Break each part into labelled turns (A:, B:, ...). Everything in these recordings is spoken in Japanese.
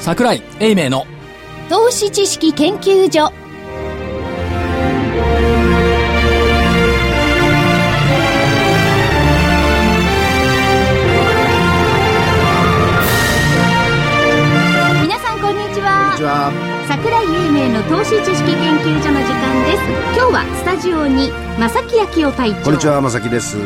A: 桜井英明の
B: 投資知識研究所皆さんこんにちは
C: こんにちは。
B: 桜井英明の投資知識研究所の時間です今日はスタジオに正木昭夫会長
C: こんにちは、まさきです。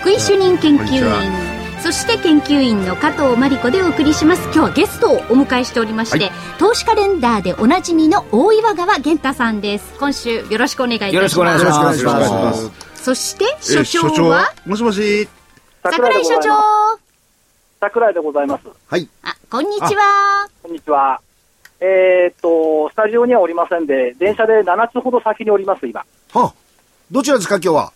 B: 福井主任研
C: こんに
B: 究
C: ちは
B: 員そして研究員の加藤真理子でお送りします今日はゲストをお迎えしておりまして、
C: はい
B: 投資カレンダーでおなじみの大岩川源太さんです今週よろしくお願いいたします
D: よろしくお願いし
C: よ
D: ま
C: ろ
D: す
C: しくお願いします。
D: よろしくお願いし
B: そして
C: え
B: 所長は
C: もしもし。
B: 桜井所長
E: ます桜井でございます。
C: はい。
B: あこんにちは
E: こんにちは。えーっと、スタジオにはおりませんで、電車で7つほど先におります、今。
C: はあ、どちらですか、今日は。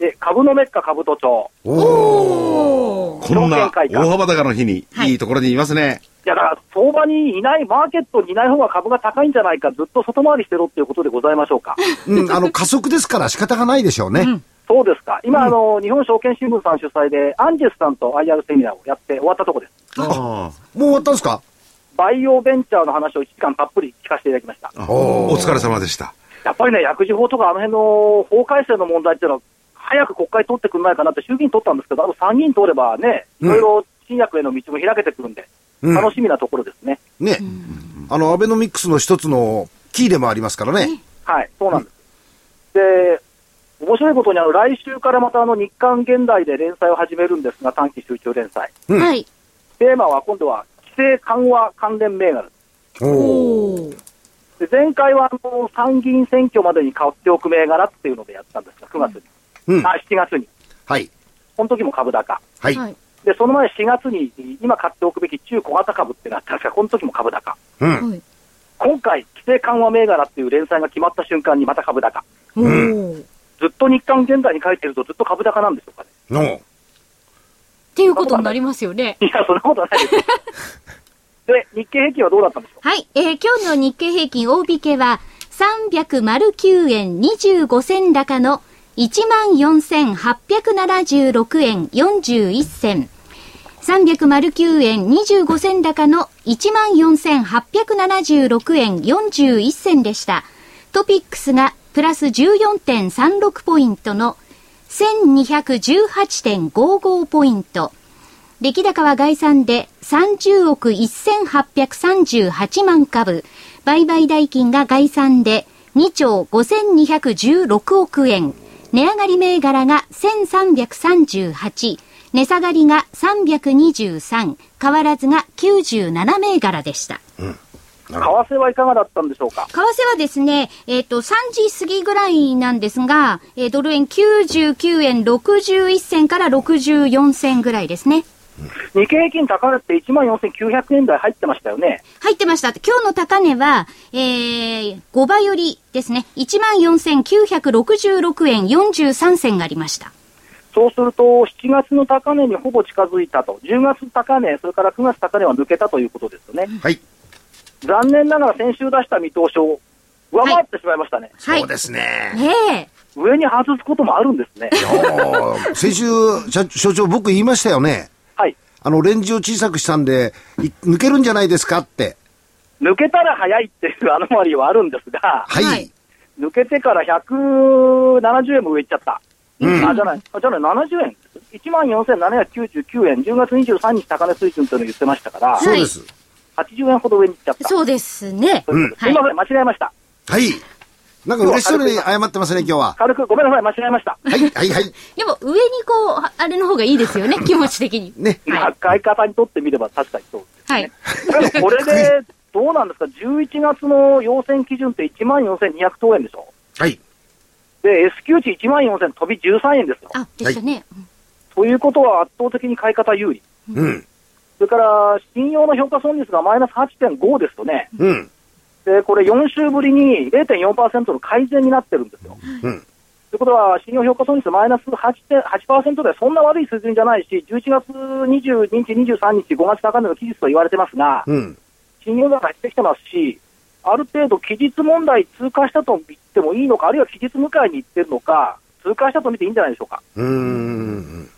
E: で、株のメッカ株都町。
B: おー
D: こ
E: 条
D: んな
E: 件
D: 大
E: 開花
D: 幅高の日に
B: はい
D: いいところにいますね。
E: いや、だから、相場にいない、マーケットにいない方が株が高いんじゃないか、ずっと外回りしてろっていうことでございましょう か。
C: うん、あの、加速ですから仕方がないでしょうね。
E: そうですか。今、あの、日本証券新聞さん主催で、アンジェスさんと IR セミナーをやって終わったとこです。
D: あ
C: もう終わったんですか
E: バイオベンチャーの話を1時間たっぷり聞かせていただきました。
D: あ
C: おー
D: お疲れ様でした。
E: やっぱりね、薬事法とかあの辺の法改正の問題っていうのは、早く国会取ってくんないかなって、衆議院取ったんですけど、あと参議院通ればね、いろいろ新薬への道も開けてくるんで、
C: うん
E: 楽しみなところですね。
C: ね。あの、アベノミックスの一つのキーでもありますからね。
E: はい、そうなんです。で、面白いことにあの、来週からまたあの日刊現代で連載を始めるんですが、短期集中連載。
C: うん
B: はい
E: テーマは今度は、規制緩和関連銘柄です。
C: おー。
E: で前回はあの参議院選挙までに買っておく銘柄っていうのでやったんですが、9月に、
C: うん。
E: あ7月に、
C: はい。
E: この時も株高。
C: はい。
B: はい
E: で、その前4月に今買っておくべき中小型株ってなったんですが、この時も株高。
C: うん。
B: はい
E: 今回、規制緩和銘柄っていう連載が決まった瞬間にまた株高。
B: おーっ
E: ずっと日刊現代に書いてるとずっと株高なんでしょうかね。
C: の。
B: ていうことになりますよね
E: いや、そんなことはないです。 で、日経平均はどうだったんでしょう
B: はい、えー今日の日経平均大引けは309円25銭高の14,876円41銭。309円25銭高の14,876円41銭でした。トピックスがプラス14.36ポイントの1218.55ポイント。出来高は概算で30億1838万株。売買代金が概算で2兆5216億円。値上がり銘柄が1338。値下がりが323。変わらずが97銘柄でした。
E: か。為替はいかがだったんでしょうか。
B: 為替はですね、えっ、と、3時過ぎぐらいなんですが、えードル円99円61銭から64銭ぐらいですね。
E: 日経平均高値って14,900円台入ってましたよね。
B: 入ってました。今日の高値は、えー、5倍よりですね、14,966円43銭がありました。
E: そうすると、7月の高値にほぼ近づいたと。10月高値、それから9月高値は抜けたということですよね。
C: はい。
E: 残念ながら先週出した見通しを上回ってしまいましたね、
B: はい。
C: そうですね。
B: ねえ。
E: 上に外すこともあるんですね、
C: おー先週、社所長、僕言いましたよね。
E: はい、
C: あの、レンジを小さくしたんで、い抜けるんじゃないですかって。
E: 抜けたら早いっていうアノマリーはあるんですが、
C: はい。
B: はい
E: 抜けてから170円も上行っちゃった、あじゃない、あじゃない、70円、1万4799円、10月23日高値水準というのを言ってましたから、
C: そうです。
E: 80円ほど上に行っちゃった、
B: そうですね。
E: ということです
B: うん
E: すいません、間違えました、
C: はい。なんか嬉しそうに謝ってますね、今日は。
E: 軽くごめんなさい、間違えました、
C: はい、はい、はい。
B: でも上にこう、あれの方がいいです よね、気持ち的に。
C: ね。
B: はい
E: 買い方にとってみれば確かにそう
B: はい。
E: でもこれで、どうなんですか、11月の要請基準って1万4200等円でしょ。
C: はい。
E: で、S q 値1万4000飛び13円ですよ。
B: あ、でしたね。
E: ということは圧倒的に買い方有利。
C: うん。
E: それから、信用の評価損率がマイナス8.5ですとね、
C: うん。
E: で、これ4週ぶりに0.4%の改善になってるんですよ。
C: うん。
E: ということは、信用評価損率マイナス8.8%でそんな悪い水準じゃないし、11月22日、23日、5月高値の期日と言われてますが、
C: うん。
E: 信用が減ってきてますし、ある程度、期日問題通過したと言ってもいいのか、あるいは期日迎えに行ってるのか、通過したと見ていいんじゃないでしょうか。
C: うん。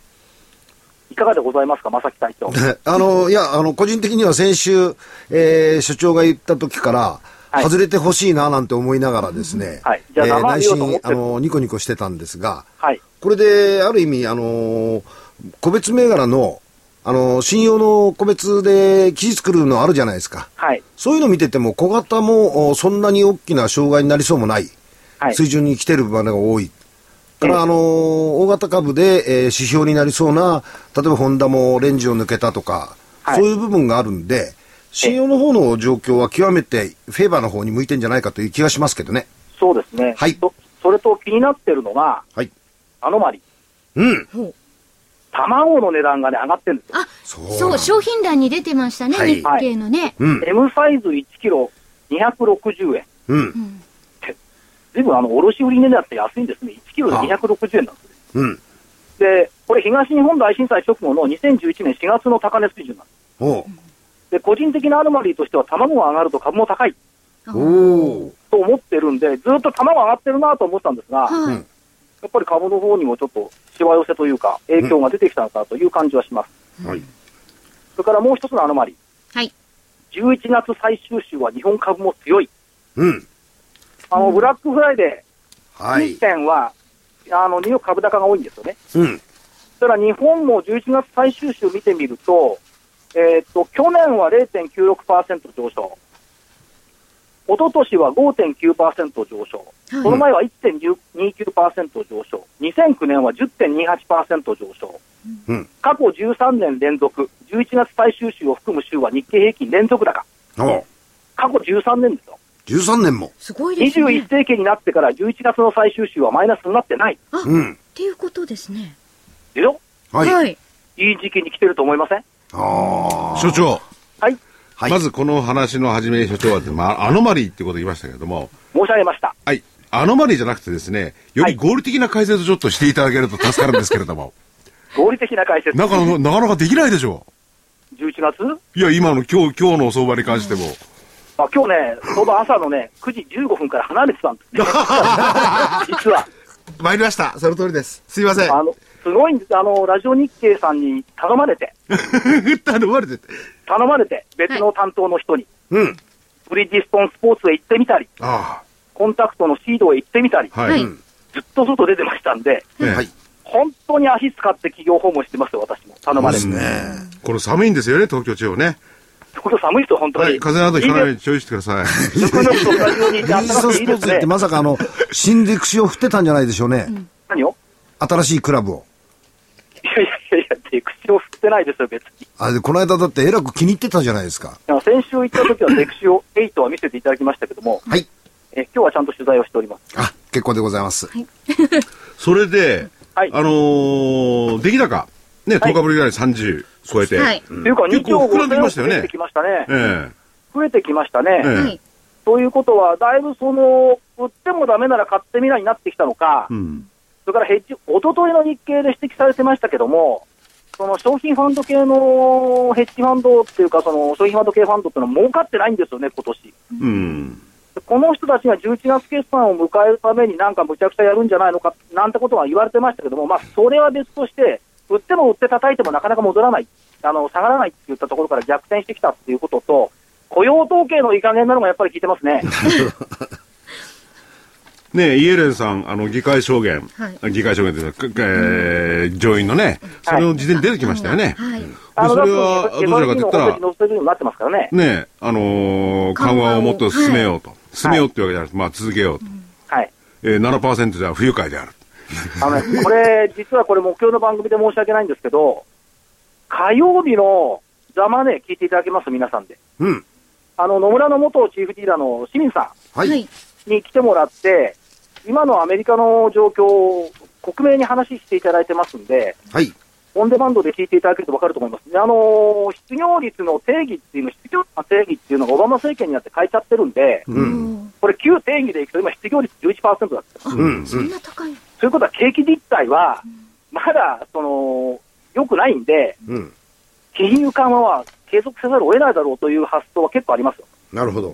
E: いかがでございますか、正木隊長。
C: あの、いや、あの、個人的には先週、えー、所長が言った時から、
E: はい
C: 外れてほしいななんて思いながらですね、
E: はいじゃあ
C: えー
E: 生
C: 内
E: 見ようと思
C: 心
E: っ、て
C: あの、ニコニコしてたんですが、
E: はい。
C: これで、ある意味、あのー個別銘柄の、あのー信用の個別で記事作るのあるじゃないですか。
E: はい。
C: そういうの見てても、小型もおそんなに大きな障害になりそうもない
E: はい。
C: 水準に来てる場が多い。から、あのー大型株で、えー指標になりそうな、例えばホンダもレンジを抜けたとか、
E: はい
C: そういう部分があるんで、信用の方の状況は極めてフェーバーの方に向いてんじゃないかという気がしますけどね。
E: そうですね。
C: はい
E: そそれと気になってるのが、
C: はい。
E: アノマリ。
C: うん。
E: 卵の値段がね、上がってるんですよ。
B: あ、
C: そうなんだ
B: そう、商品欄に出てましたね、
D: はい
B: 日経のね。
C: うん。
E: M サイズ1キロ260円。
C: うん
B: う。ん
E: 随分あの、卸売値段って安いんですね。1キロで
C: あ
E: 260円なんですよ。
C: うん。
E: で、これ東日本大震災直後の2011年4月の高値水準なんです。
C: おう
E: で、個人的なアノマリーとしては卵が上がると株も高い
B: あ
C: おう
E: と思ってるんで、ずっと卵上がってるなと思ってたんですが、
B: はい、
C: うん
E: やっぱり株の方にもちょっとしわ寄せというか、影響が出てきたのかなという感じはします。
D: はい。
E: それからもう一つのアノマリー。
B: はい。
E: 11月最終週は日本株も強い。
C: うん。
E: あの、ブラックフライデー、
C: はい
E: 日。展は、あの、ニューヨーク株高が多いんですよね。
C: うん。
E: ただ日本も11月最終週見てみると、えーっと、去年は0.96%上昇。一昨年は5.9%上昇。
B: はい
E: その前は1.29%上昇。2009年は10.28%上昇。
C: うん。
E: 過去13年連続、11月最終週を含む週は日経平均連続高。
C: おう
E: 過去13年ですよ。
C: 13年も。
B: すごいですね。
E: 21
B: っ
E: 世紀になってから11月の最終週はマイナスになってない。
C: うん。
B: ていうことですね。
E: でしょ
C: はい。
B: はい。
E: いい時期に来てると思いません
C: ああ。
D: 所長、
E: はい。
C: はい
D: まずこの話の始めに所長はですね、まあ、アノマリーってことを言いましたけれども、
E: 申し上げました。
D: はい。アノマリーじゃなくてですね、より合理的な解説をちょっとしていただけると助かるんですけれども、
E: 合理的な解説。
D: なかなか、なかなかできないでしょ
E: 11月
D: う。いや、今の、今日、今日の相場に関しても。
E: まあ、今日ね、ちょうど朝のね、9時15分から離れてたんですね。実は。
D: 参りました。その通りです。すいません
E: あの、すごいんです。あの、ラジオ日経さんに頼まれて、
D: 頼まれてて。
E: 頼まれて、別の担当の人に、
C: うん。
E: ブリヂストンスポーツへ行ってみたり、
D: あ
E: コンタクトのシードへ行ってみたり、
D: あ。
B: は
D: はいい。
E: ずっと外出てましたんで、
D: ね
C: はい。
E: 本当に足使って企業訪問してますよ、私も。頼まれて。
C: ね。
D: これ寒いんですよね、東京地方ね。
E: これ寒いですよ、本当に。
D: はい。風邪などひかないよう
E: い
D: に注意してください。
E: いです。ぬくぬくとスタジオに
C: ブ
E: 行って
C: リ
E: 暖
C: ヂ ス
E: か
C: トン
E: くてい
C: スポ
E: い
C: ー
E: です
C: ツ行って
E: ね。
C: まさかあの、新陸紙を振ってたんじゃないでしょうね。
E: 何を
C: 新しいクラブを。
E: いやいやいやいや、口を振ってないですよ、別に。
C: あれ、この間だってえらく気に入ってたじゃないですか。
E: あの先週行った時はゼクシオ8は見せていただきましたけども、
C: はい。
E: え今日はちゃんと取材をしております。
C: あ、結構でございます。
D: それで、
E: はい
D: あのー、出来高、ね、
E: はい
D: 10日ぶりぐらいに30超えて。
B: はい。
E: というか、
D: 結
E: 2兆
D: 構膨らんで
E: 5000
D: きま
E: 億
D: したよね
E: 増えてきましたね。
D: え
E: 増えてきました
D: え。
E: ね。
D: え
B: はい
D: え。。
E: ということは、だいぶその、売ってもダメなら買ってみないになってきたのか、
D: うん。
E: それからヘッジ、おとといの日経で指摘されてましたけども、その商品ファンド系のヘッジファンドっていうか、その商品ファンド系ファンドっていうのは儲かってないんですよね、今年。
D: うん。
E: この人たちが11月決算を迎えるためになんかむちゃくちゃやるんじゃないのかなんてことは言われてましたけども、まあ、それは別として、売っても売って叩いてもなかなか戻らない、あの下がらないって言ったところから逆転してきたっていうことと、雇用統計のいい加減なのがやっぱり効いてますね。
D: ねイエレンさん、あの、議会証言、
B: は
D: 議会証言というか、くえー上院のね、それの事前に出てきましたよね。
B: はい。
E: あ
D: で
E: の
D: それは、どちら
E: の
D: かといっ
E: ホ
D: た
E: ームペー
D: ら
E: ジに、載せるようになってますからね。
D: ねあのー緩和をもっと進めようと。進めようってわけじゃなくて、まあ続けようと。
E: はい
D: えー、7%じゃ不愉快である。
E: あのね、これ、実はこれ、目標の番組で申し訳ないんですけど、火曜日のザ・マネー聞いていただけます、皆さんで。
C: うん。
E: あの野村の元チーフディーラーの清水さん。
C: は。
B: はいい。
E: に来てもらって、今のアメリカの状況を克明に話していただいてますんで、
C: はい。
E: オンデマンドで聞いていただけると分かると思います。であのー失業率の定義っていうの、失業率の定義っていうのがオバマ政権になって変えちゃってるんで、
C: うん。
B: お
E: これ、旧定義でいくと、今、失業率11%だって。
B: ーあ
C: うん
B: そんな高い。
E: ということは、景気実態は、まだ、その、良くないんで、
C: うん。
E: 金融緩和は継続せざるを得ないだろうという発想は結構ありますよ。
C: なるほど。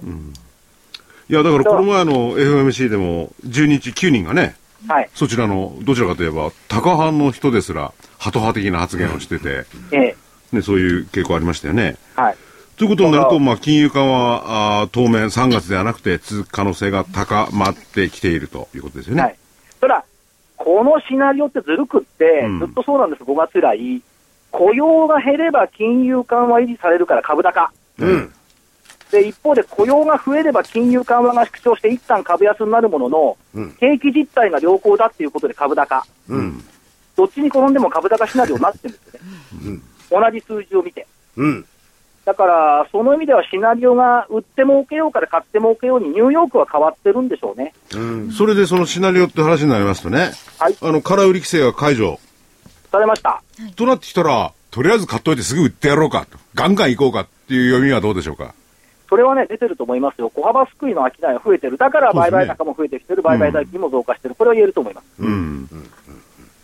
D: いや、だからこの前の FMC でも、10日9人がね、
E: はい。
D: そちらの、どちらかといえば、高派の人ですら、ハト派的な発言をしてて、
E: ええ
D: ね、そういう傾向ありましたよね。
E: はい。
D: ということにな
E: だ
D: る
E: か
D: と、
E: ら
D: まあ、金融緩和、あー当面3月ではなくて続く可能性が高まってきているということですよね。
E: はい、ただ、このシナリオってずるくって、
D: うん
E: ずっとそうなんです、5月以来、雇用が減れば金融緩和維持されるから株高、
D: うん。
E: で一方で雇用が増えれば金融緩和が縮小して、一旦株安になるものの、
C: うん
E: 景気実態が良好だっていうことで株高、
D: うん。
E: どっちに転んでも株高シナリオになってるんですよね、
C: うん
E: 同じ数字を見て。
C: うん。
E: だから、その意味ではシナリオが売って儲けようから買って儲けように、ニューヨークは変わってるんでしょうね。
C: うん。
D: それでそのシナリオって話になりますとね、
E: はい
D: あの、空売り規制が解除
E: されました。
D: となってきたら、とりあえず買っといてすぐ売ってやろうかと、ガンガン行こうかっていう読みはどうでしょうか。
E: それはね、出てると思いますよ。小幅救いの商いが増えてる。だから、
D: そうです
E: 売
D: ね
E: 買高も増えてきてる、売買代金も増加してる。これは言えると思います。
D: うん。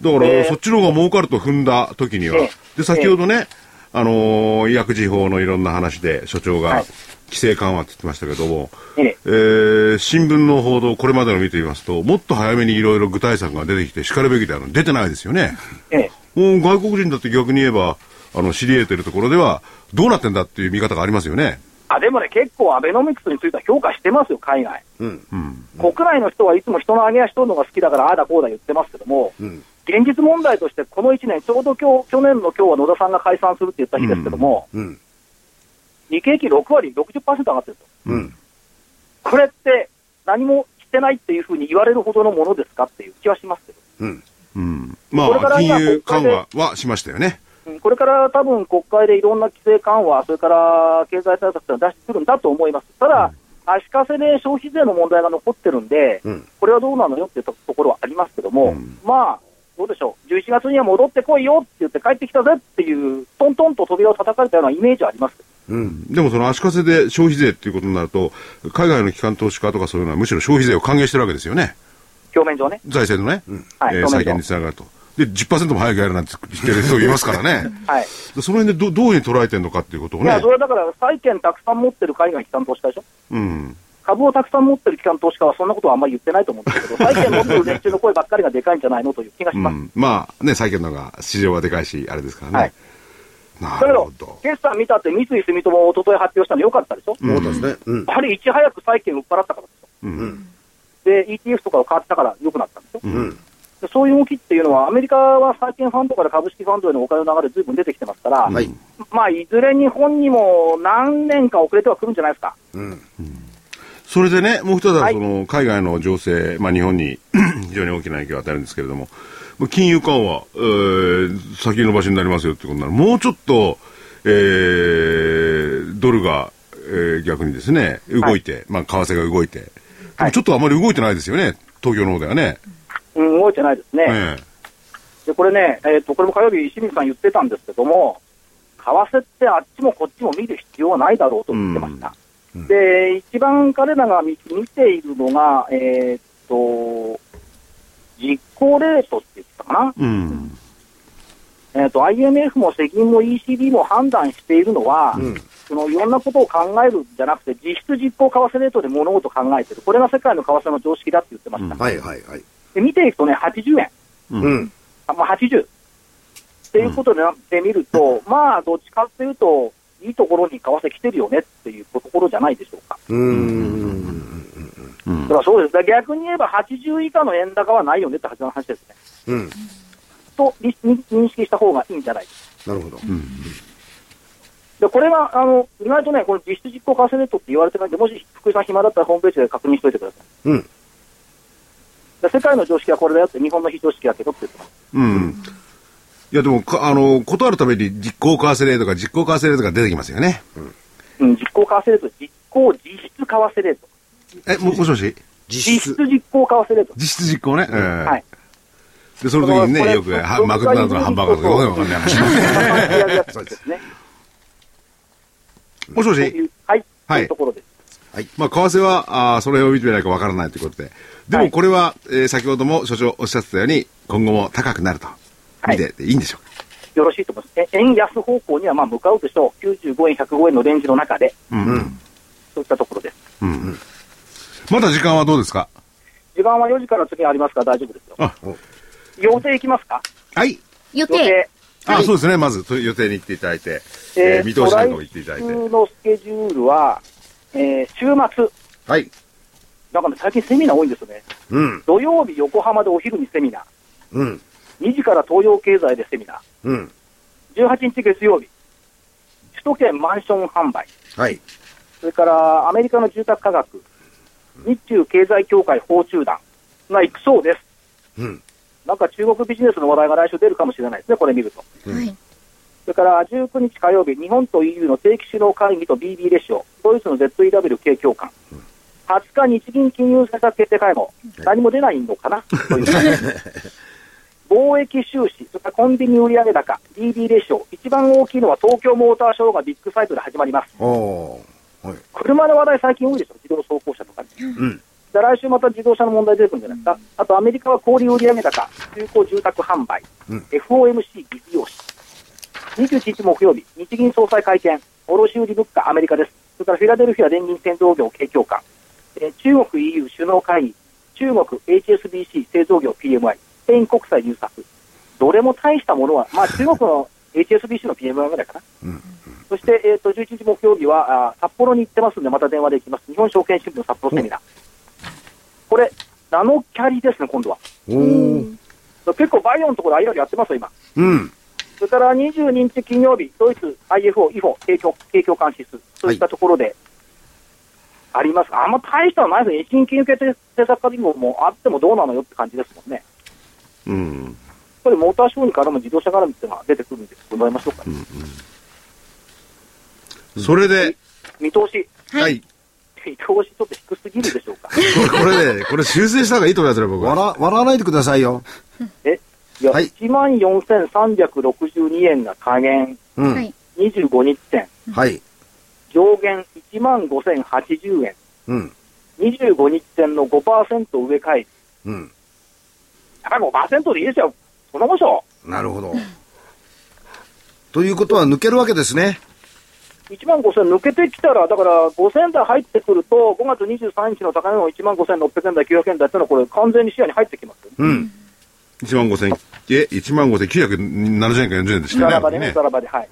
D: だから、
E: で
D: そっちの方が儲かると踏んだ時には
E: ええ、
D: で、先ほどね、あのー、医薬事法のいろんな話で、所長
E: は
D: が
E: い
D: 規制緩和って言ってましたけども、
E: ええ
D: えー新聞の報道、これまでの見てみますと、もっと早めにいろいろ具体策が出てきて、しかるべきであるのに出てないですよね。
E: ええ。
D: もう外国人だって逆に言えば、あの、知り得てるところでは、どうなってんだっていう見方がありますよね。
E: あ、でもね、結構アベノミクスについては評価してますよ、海外。
C: うん。
D: うん。
E: 国内の人はいつも人の上げ足取るのが好きだから、ああだこうだ言ってますけども、
C: うん。
E: 現実問題として、この1年、ちょうど今日、去年の今日は野田さんが解散するって言った日ですけども、
C: うん。
E: 日経平均6割、60%上がってると。
C: うん。
E: これって、何もしてないっていうふうに言われるほどのものですかっていう気はしますけど。
C: うん。
D: うん。ま
E: これか
D: あ、
E: ら今
D: 金融
E: 国会で
D: 緩和はしましたよね。
E: うんこれから多分国会でいろんな規制緩和、それから経済対策を出してくるんだと思います。ただ、足かせで消費税の問題が残ってるんで、
C: うん。
E: これはどうなのよっていうところはありますけども、
D: うん
E: まあ、どうでしょう、11月には戻ってこいよって言って帰ってきたぜっていう、トントンと扉を叩かれたようなイメージはあります。
C: うん。
D: でもその足かせで消費税っていうことになると、海外の機関投資家とかそういうのはむしろ消費税を還元してるわけですよね。
E: 表面上ね。
D: 財政のね、
E: はい
D: えー
E: そうなんですよ
D: 再建につながると。で、10%も早くやるなんて言ってる人いますから ね。
E: はい。
D: でその辺でどどういうふうに捉えてるのかっていうことを
E: いや、
D: ね
E: そ。れはだから、債券たくさん持ってる海外の機関投資家でしょ
D: うん。
E: 株をたくさん持ってる機関投資家はそんなことはあんまり言ってないと思うん ですけど、債券持ってる連中の声ばっかりがでかいんじゃないのという気がし
D: う
E: ます。
D: ん、まあね、債券の方が市場はでかいし、あれですからね。
E: はい
D: な
E: だけ
D: るほ
E: ど
D: ど、。
E: 決算見たって三井住友を一昨日発表したの良かったでしょ、
C: そうですね。うん。
E: あれ、いち早く債券売っ払ったからでしょ、
D: うん。
E: で ETF とかを買ったから良くなったんでしょ、
D: う。
C: うんん。
E: でそういう動きっていうのは、アメリカは債券ファンドから株式ファンドへのお金の流れ、ずいぶん出てきてますから、
D: ん
C: はい。
E: まあ、いずれ日本にも何年か遅れてはくるんじゃないですか、
C: うん。
D: それでね、もう一つは
E: はい
D: その、海外の情勢、まあ日本に 非常に大きな影響を与えるんですけれども、まあ金融緩和、えー、先延ばしになりますよってことなら、もうちょっと、えー、ドルが、えー、逆にですね、動いて、まあ為替が動いて、で
E: は
D: も
E: い
D: ちょっとあまり動いてないですよね、東京の方ではね。
E: うん、動いてないですね、
D: ええ
E: でこれね、えーと、これも火曜日、清水さん言ってたんですけども、為替ってあっちもこっちも見る必要はないだろうと言ってました。で、一番彼らが見見ているのが、えーっと、実行レートって言ってたかな。
D: うん。
E: えーっと、IMF も世銀も ECB も判断しているのは、
C: うん。
E: そのいろんなことを考えるんじゃなくて、実質実行為替レートで物事を考えてる。これが世界の為替の常識だって言ってました。
C: はいはいはい。
E: で見ていくとね、80円。
D: う。
C: うんん。
E: あまあ、80。っていうことでなってみると、まあ、どっちかっていうと、いいところに為替来てるよねっていうところじゃないでしょうか。
C: うん。
D: うん
E: だからそうです。だから逆に言えば、80以下の円高はないよねって話ですね。
C: うん。
E: と認認識した方がいいんじゃない
C: なるほど。
D: うん
E: で、これは、あの、意外とね、この実質実行為替レートって言われてないんで、もし福井さん暇だったらホームページで確認しておいてください。
C: うん。
E: で世界の常識はこれだよって、日本の非常識だけどって言ってます。
D: うん。いや、でも、かあの、断るために実行為替例とか実行為替例とか出てきますよね。
E: うん、実行為替レート、実行実質為替レート。
D: え、も、もしもし
C: 実
E: 実質
C: 質。
E: 実行為替レート。
D: 実質実行ね。は
E: はいい。
D: で、その時に
E: こ
D: ね、
E: れ
D: よく、
E: これ
D: はマクドナルドのハンバーガーとかわけわかんない話。
E: やるやつですね。
D: もしも
E: そうい
D: し
E: うはい。
D: は
E: はいい。ところです。
D: まあ、為替は、あーそれを見てみないかわからないということで。で
E: は
D: も
E: い
D: これは、えー先ほども所長おっしゃってたように、今後も高くなると。
E: い
D: 見て、いいんでしょうか。
E: よろしいと思います。え円安方向にはまあ向かうでしょう。95円、105円のレンジの中で、
D: うん。
E: そういったところです。
D: うん。まだ時間はどうですか
E: 時間は4時から次にありますから大丈夫ですよ。
D: あ、
E: 予定いきますか
D: はい。
B: 予
E: 予
B: 定
E: 定。。
D: あ、
B: はい
D: そうですね。まず、と予定に行っていただいて、えー見通しなんかも行っていただい
E: 来
D: て。
E: 週のスケジュールは、えー週末、
D: はい。
E: だから最近セミナー多いんですよね。
C: うん、
E: 土曜日、横浜でお昼にセミナ
C: うん、
E: ー。2時から東洋経済でセミナ
C: うん。
E: ー。18日月曜日、首都圏マンション販売。
C: はい。
E: それからアメリカの住宅価格、日中経済協会訪中団が行くそうです。
C: うん、
E: なんか中国ビジネスの話題が来週出るかもしれないですね、これ見ると。
B: はい。
E: それから19日火曜日、日本と EU の定期首脳会議と BB 列車、ドイツの ZEW 景況感、20日日銀金融政策決定会合、何も出ないのかな、という貿易収支、それからコンビニ売上高、BB 列車、一番大きいのは東京モーターショーがビッグサイトで始まります。
C: おー。はい。
E: 車の話題、最近多いでしょ、自動走行車とかに。
C: うん、
E: で来週また自動車の問題出てくるんじゃないですか、あとアメリカは小売売上高、中古住宅販売、
C: うん
E: FOMC 議事要旨、21日木曜日、日銀総裁会見、卸売物価、アメリカです、それからフィラデルフィア連銀製造業景況感、えー中国 EU 首脳会議、中国 HSBC 製造業 PMI、スペイン国際入札、どれも大したものは、まあ、中国の HSBC の PMI ぐらいかな。そして、えー、と11日木曜日はあー札幌に行ってますんで、また電話で行きます、日本証券新聞札幌セミナー、これ、ナノキャリですね、今度は。
C: おー。
E: 結構、バイオのところ、あいろいろやってますよ、今。
C: うん、
E: それから22日金曜日、ドイツ IFO、イフォ、景況景況監視室、そういったところで、あります、あんま大したのないですね、一日金融系政策課にももうあってもどうなのよって感じですもんね。
D: うん。
E: やっぱりモーターショーに絡む自動車絡みっていうのは出てくるんでございましょうかね、
D: それで、
E: 見通し、
D: は
B: はいい。
E: 見通しちょっと低すぎるでしょうか。
D: これ、これね、これ修正した方がいいと思いますね、僕は。
C: 笑笑わないでくださいよ。
E: えいや、
C: はい
E: 1万4362円が下限、
C: うん、
B: は
C: はいい。。
E: 25日線、上限1万5080円、
C: うん、
E: 25日線の5%上回り、
C: うん。
E: やっぱり5%でいいですよ、そんなもんでしょ、
C: なるほど。ということは抜けるわけですね。
E: 1万5000抜けてきたら、だから5000台入ってくると、5月23日の高値の1万5600円台、900円台ってのは、これ、完全に視野に入ってきますよね。
C: うん。
D: 1万5000、え、1万5970円か40円でし
E: さ
D: たね。
E: らばでね、
D: やっ
E: さ
D: ぱ
E: らばで、はい。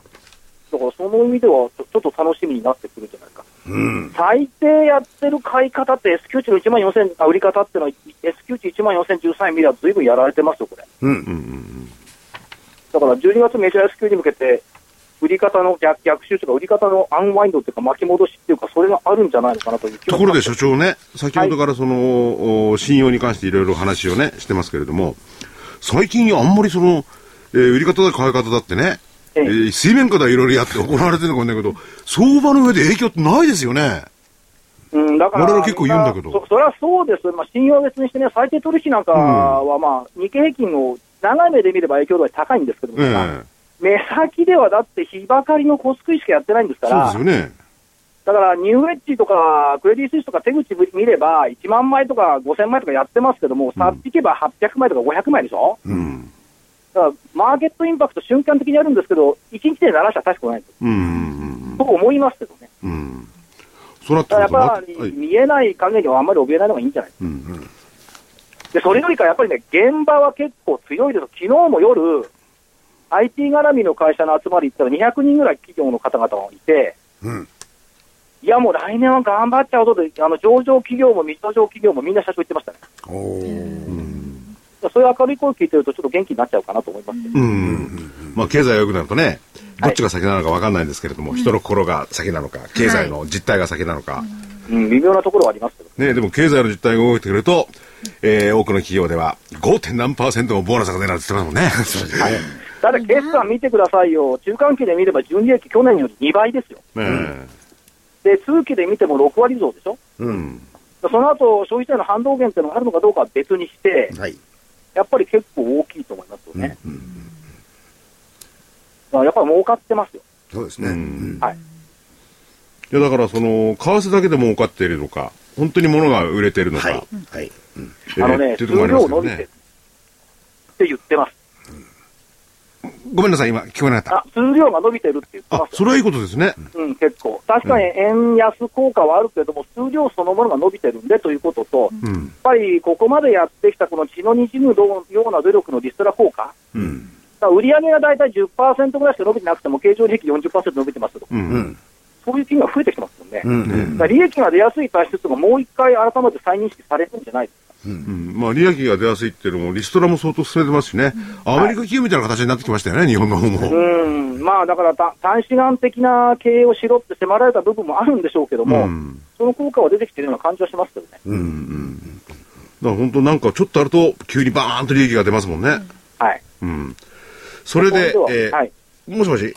E: だからその意味ではちょ、ちょっと楽しみになってくるんじゃないか。
C: うん。
E: 最低やってる買い方って、S q 値の1万4000、あ、売り方ってのは、S q 値1万4013円見ればずいぶんやられてますよ、これ。
C: うん。
D: りねうんうん
E: だから12月メジャー S q に向けて、売り方の逆逆襲とか、売り方のアンワインドっていうか、巻き戻しっていうか、それがあるんじゃないのかなという気
D: と
E: が
D: ころで所長ね、先ほどからその、お信用に関していろいろ話をね、してますけれども、最近あんまりその、えー売り方だ買い方だってね、え
E: ええ
D: ー水面下ではいろいろやって行われてるのかもしれないけど、相場の上で影響ってないですよね。
E: うん、だから
D: 我々結構言うんだけど
E: まあそそれはそうです、まあ、信用は別にしてね、最低取引なんかは、まあ、日経平均を長い目で見れば影響度は高いんですけども、
D: ええ
E: 目先ではだって、日ばかりの小救いしかやってないんですか
D: そうで
E: ら、
D: すよね。
E: だからニューエッジとか、クレディ・スイスとか、手口見れば、1万枚とか5000枚とかやってますけども、さっ引けば800枚とか500枚でしょ、
D: うん。
E: だからマーケットインパクト、瞬間的にあるんですけど、1日で鳴らしたら確かないんです、
D: うんうん
E: と思いますけどね、
D: うん。うん。そうなって
E: だ
D: く
E: から
D: ると、
E: やっぱ
D: ま
E: り
D: はい
E: 見えない影にはあんまり怯えないのがいいんじゃない
D: うんうん
E: で、それよりかやっぱりね、現場は結構強いです。昨日も夜、IT 絡みの会社の集まり行ったら200人ぐらい企業の方々がいて、
C: うん。
E: いやもう来年は頑張っちゃうぞと、あの上場企業も未上場企業もみんな社長言ってましたね。
C: おー。
E: そういう明るい声聞いてるとちょっと元気になっちゃうかなと思いますけど、
D: うんまあ、経済が良くなるとね、どっちが先なのか分かんないんですけれども、人の心が先なのか、経済の実態が先なのか、
E: うん、微妙なところはありますけど。
D: ね、でも経済の実態が動いてくると、えー多くの企業では 5. 何パーセントもボーナスが出るなんて言ってますもん ね。はい
E: ただ決算見てくださいよ。中間期で見れば純利益去年より2倍ですよ。
D: ね
E: で、通期で見ても6割増でしょ
C: うん。
E: その後、消費税の反動減っていうのがあるのかどうかは別にして、
C: はい。
E: やっぱり結構大きいと思いますよね。まあやっぱり儲かってますよ。
C: そうですね。うん
E: はい。
D: いやだからその為替だけでも儲かっているのか、本当に物が売れているのか、
C: はい。はい。うん
D: えー
E: あのね、
D: ってい
E: 数
D: うところもありま
E: 量
D: すけ
E: 伸
D: ど
E: びてる
D: ね
E: っ。て言ってます。
D: ごめんなさい、今、聞こえなかっ
E: あ、数量が伸びてるって言って
D: た。あ
E: ま、す
D: そ
E: よ。
D: れはいいことですね。
E: うん、結構。確かに円安効果はあるけれども、数量そのものが伸びてるんでということと、やっ
D: うん。
E: ぱりここまでやってきたこの血の滲むような努力のリストラ効果、
D: うん。
E: だから売上が大体10%ぐらいしか伸びてなくても、経常利益40%伸びてますけど、
D: う。
C: うんん。
E: そういう金が増えてきてますもんね。
C: う
E: だ
C: ん。うん
E: から利益が出やすい体質とか、もう一回改めて再認識されるんじゃないですか。
D: うん。まあ、利益が出やすいっていうのも、リストラも相当進めてますしね。アメリカ企業みたいな形になってきましたよね、日本の方
E: う
D: も。
E: ん、まあだからた短視眼的な経営をしろって迫られた部分もあるんでしょうけども、
D: うん
E: その効果は出てきてるような感じはしますけどね。
D: だから本当なんかちょっとあると、急にバーンと利益が出ますもんね。
E: はい。
D: うん。それで
E: そ、
D: え
E: れでははい。
D: ー、もしもし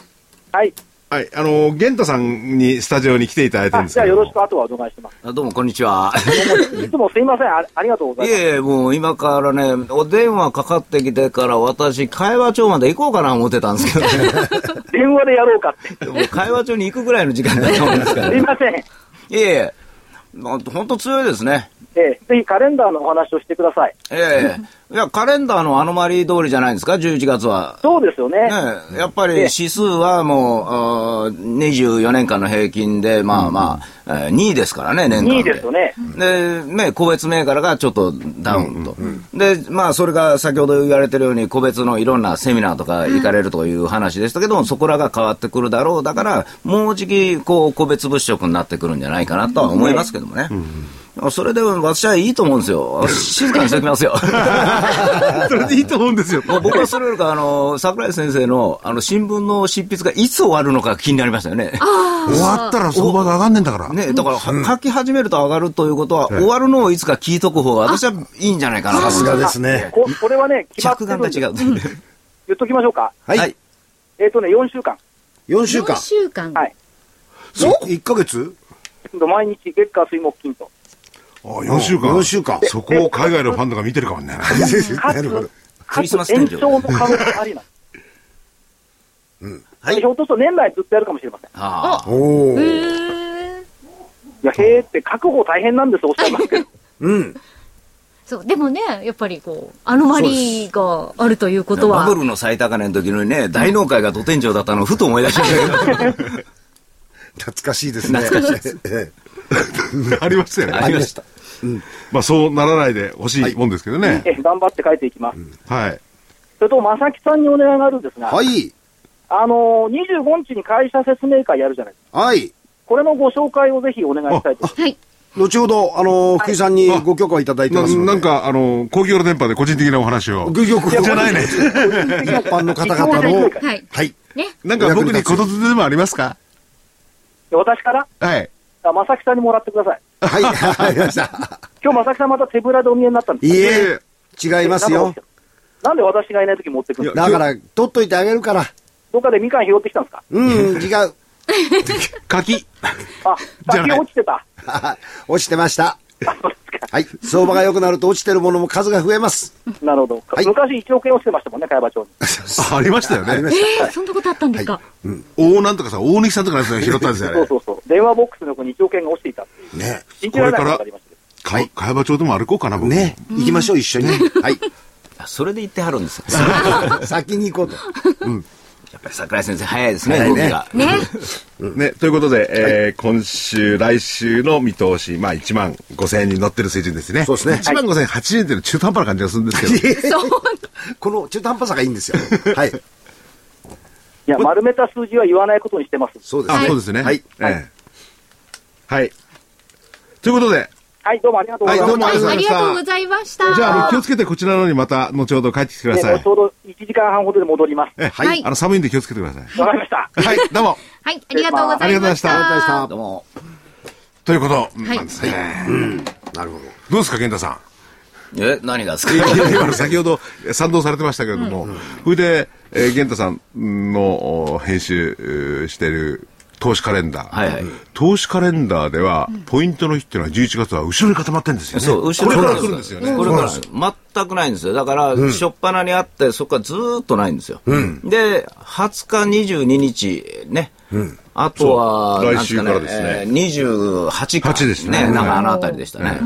E: はい。
D: はい、あの、玄太さんにスタジオに来ていただいてるん
E: あ
D: です
E: じ
D: け
E: ゃあ
D: ど。
E: よろしく後はお伺いします。
A: あどうも、こんにちは。
E: いつもすいませんあ、ありがとうござ
A: い
E: います。
A: えいえ、もう今からね、お電話かかってきてから、私、会話帳まで行こうかな思ってたんですけどね。
E: 電話でやろうかって。す
A: もう会話帳に行くぐらいの時間だと思うんです から、
E: い
A: ね。
E: ません。え
A: いえいえ、本当、ほんと強いですね。
E: えぜひカレンダーのお話をしてください。
A: え え。いや、カレンダーのアノマリー通りじゃないですか、11月は。
E: そうですよね。
A: ねえ、やっぱり指数はもう、あー24年間の平均で、まあまあ、えー2位ですからね、年間
E: 2位ですよね。
A: で、ね、個別銘柄がちょっとダウンと、で、まあ、それが先ほど言われてるように、個別のいろんなセミナーとか行かれるという話でしたけども、そこらが変わってくるだろう、だから、もうじき、こう、個別物色になってくるんじゃないかなとは思いますけどもね。それでも私はいいと思うんですよ。静かにしておきますよ。
D: それでいいと思うんですよ。
A: もう僕はそれよりか、あの、桜井先生の、あの、新聞の執筆がいつ終わるのか気になりましたよね。
C: 終わったら相場が上がんねえんだから。
A: ね、だから、は書き始めると上がるということは、終わるのをいつか聞いとく方が、私はいいんじゃないかな
C: さ
A: と思
C: す
A: いま
C: がですね。
E: ここれはね、決まって
A: 着
E: る
A: 眼
E: んで
A: が違う。
E: 言っときましょうか。
C: はい。
E: えっ、とね、4週間。
C: 4週間
B: 4。週間。
E: はい。
C: そう ?1 ヶ月
E: 毎日、月火水木金と。
D: あ、4週間。
C: 4週間。
D: そこを海外のファンドが見てるかもね。
E: か
C: なるほど
E: つ、
A: ク
E: か
A: リスマス
E: つ
A: 天
E: 延
A: 井
E: 長の可能性ありなんです。
A: は
E: ひょっとすると年内ずっとやるかもしれません。い
A: ああ
C: お
B: へ
C: ー。
B: ー
E: や、へーって、確保大変なんです、おっしゃいます けど。
C: うん。
B: そう、でもね、やっぱりこう、アノマリーがあるということは
A: バブ、ルの最高値の時のね、大納会が土天井だったのをふと思い出しましたけど
C: 懐かしいですね。
A: 懐かしい
C: です。
D: ありましたよね。
A: ありました。
D: まあ、そうならないでほしいもんですけどね。
E: え頑張って書いていきます。
D: はい。
E: それと、正木さんにお願いがあるんですが、
C: はい。
E: あのー、25日に会社説明会やるじゃないですか。
C: はい。
E: これのご紹介をぜひお願いしたいと思います。
B: はい。
C: 後ほど、あの、福井さんに
D: あ
C: ご許可をいただいて
D: な
C: ますので。
D: なん、か、あの、公共の電波で個人的なお話を。
C: ご許可
D: じゃないね。
C: 一般の方々
E: 一
C: の
E: 応。
B: はい。
C: はい。
B: ね。
D: なんか僕にことずでもありますか
E: 私から、
D: はい。
E: あ正木さんにもらってください。
C: はい。わかりました。
E: 今日正木さんまた手ぶらでお見えになったんです
C: い
E: か
C: いえ、違いますよ。。
E: なんで私がいない時持ってくるんですか
C: だから、取っといてあげるから。
E: どっかでみかん拾ってきたんですか
C: うん、違う。
D: 柿。
E: あ、
D: じゃない
E: 先落ちてた。
C: 落ちてました。はい。相場が良くなると落ちてるものも数が増えます。
E: なるほど。
C: はい
E: 昔1億円落ちてましたもんね、茅場町に。
D: あありましたよ
C: ありま
D: ね。
C: した。
B: えーそんなことあったんですか。
D: 大なんとかさ、大貫さんとかのやつが拾ったんですよ
E: そ
D: ね
E: う。そうそう。電話ボックスの横に1億円が落ちていたっていう。
C: ね。
E: 信じられないことがありましたけど。
D: かい、茅場町でも歩こうかな、僕。
C: ね。行きましょう、一緒に。 はい。
A: それで言ってはるんですよ。
C: 先に行こうと。
A: やっぱり桜井先生早いですね、
C: 早い
A: 動き
C: ね
A: が。
B: ね。
D: ね、ということで、えー今週、来週の見通し、まあ、1万5000円に乗ってる水準ですね。
C: そうですね
D: 1万5000円、8円っていうのは中途半端な感じがするんですけど。
B: そう。
C: この中途半端さがいいんですよ。はい。
E: いや、丸めた数字は言わないことにしてます。
C: そうです
D: あ、
C: ね。
D: そうですね。
C: はい。
D: ええはい。ということで、
E: はい、どうもありがとうございま
D: は
E: す
D: いどう。も
B: は
D: ありがとうございました
B: い、ありがとうございました。
D: じゃあ、あの、気をつけてこちらの方にまた、後ほど帰ってきてくだ
E: ね
D: さい
E: ち。ょうど1時間半ほどで戻ります。
D: ええ
B: はい
D: あの、寒いんで気をつけてください。
E: わかりました。
D: はい、どうも。
B: はい、ありがとうございました。
D: ありがとうございま
B: した。
A: どうも。
D: ということ
B: は
D: ないんですね。
C: なるほど。
D: どうですか、健太さん。
A: え、何がですか
D: いやいや今の 先ほどえ賛同されてましたけれども、それで、えー、源太さんのお編集えーしてる投資カレンダー、
A: はいはい
D: 投資カレンダーでは、ポイントの日っていうのは11月は後ろに固まってるんですよね。
A: そう、後
D: こ
A: ろ
D: れから来るんですよね。
A: これから全くないんですよ。だから、初っ端にあって、そこからずーっとないんですよ。で、20日、22日、ね。あとは、
D: そう
A: なん
D: 来週からですね
A: えー28日
D: 8ですね
A: なんかあのあたりでしたね。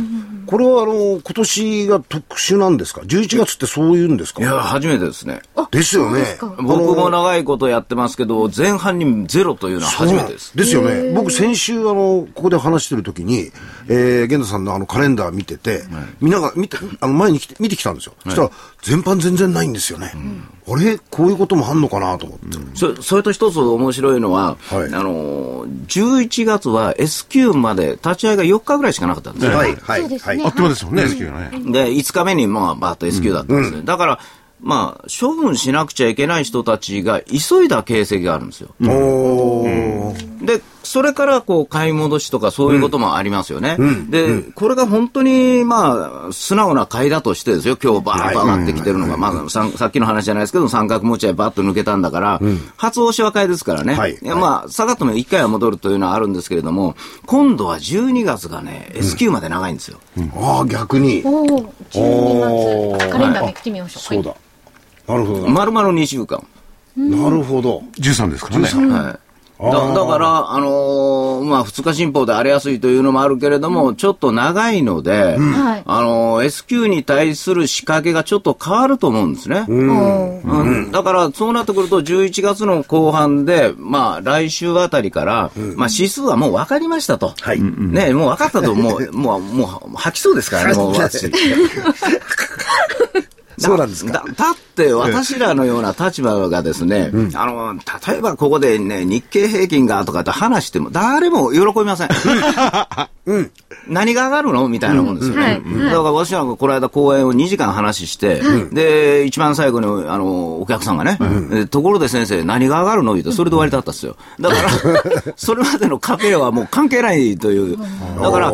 C: これはあの、今年が特殊なんですか ?11 月ってそういうんですか
A: いや、初めてですね。
C: ですよね。あの
A: 僕も長いことやってますけど、前半にゼロというのは初めてです。
C: ですよね。僕先週、あの、ここで話してる時に、えー、玄太さんのあのカレンダー見てて、みんなが、見て、あの、前に来て、見てきたんですよ。そしたら、全般全然ないんですよね。あれこういうこともあんのかなと思って。
A: そそれと一つ面白いのは、
C: はい
A: あのー、11月は S q まで立ち会いが4日ぐらいしかなかったんですよ。
C: はい、はい、
B: そうです
C: は
B: ね
C: い
D: あ。っという間ですもんね、好きがね。
A: で、5日目に、まあ、バーッと S q だったんですね。だから、まあ、処分しなくちゃいけない人たちが急いだ形跡があるんですよ。
C: おー。
A: で、それからこう買い戻しとかそういうこともありますよね。で、これが本当にまあ、素直な買いだとしてですよ、今日バーッと上がってきてるのが、まあさん、さっきの話じゃないですけど、三角持ち合いバーッと抜けたんだから、初押しは買いですからね。
C: はい
A: いやまあ、下がっても1回は戻るというのはあるんですけれども、今度は12月がね、S q まで長いんですよ。
C: ああ、逆に。
B: おお、12
C: お
B: 月。
C: ー
B: カレンダーめくってみましょう。
C: そうだ。なるほどな。
A: 丸々2週間。
C: なるほど。
D: 13ですからね。
A: はいだだから、あのーまあ、2日進歩で荒れやすいというのもあるけれども、ちょっと長いので、
B: はい
A: あのー S q に対する仕掛けがちょっと変わると思うんですね。
B: おー
A: うん、だから、そうなってくると、11月の後半で、まあ、来週あたりから、まあ、指数はもう分かりましたと。
C: はい。
A: ね、もう分かったと、もう、もう、もう、吐きそうですからね、もう、私。
C: そうなんですか。
A: だだって私らのような立場がですね、あの例えばここでね日経平均がとかって話しても誰も喜びません。 何が上がるのみたいなもんですよね。
B: うんはい
A: だから私はこの間講演を2時間話して、で、一番最後にあのお客さんがね、えところで先生何が上がるの言うてそれで終わりだったっすよ。だから、それまでの過程はもう関係ないという。だから、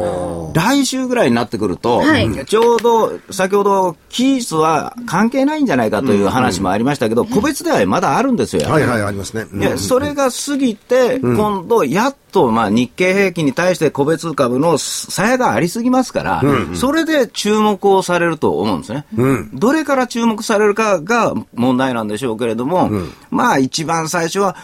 A: 来週ぐらいになってくると、
B: はい
A: ちょうど先ほど期日は関係ないんじゃないかという話もありましたけど、個別ではまだあるんですよ。やっぱ
C: は
A: り
C: いはい、ありますね。うん
A: でそれが過ぎて、今度、やっと、まあ、日経平均に対して個別株の差やがありすぎますから、それで注目をされると思うんですね、どれから注目されるかが問題なんでしょうけれども、まあ、一番最初は、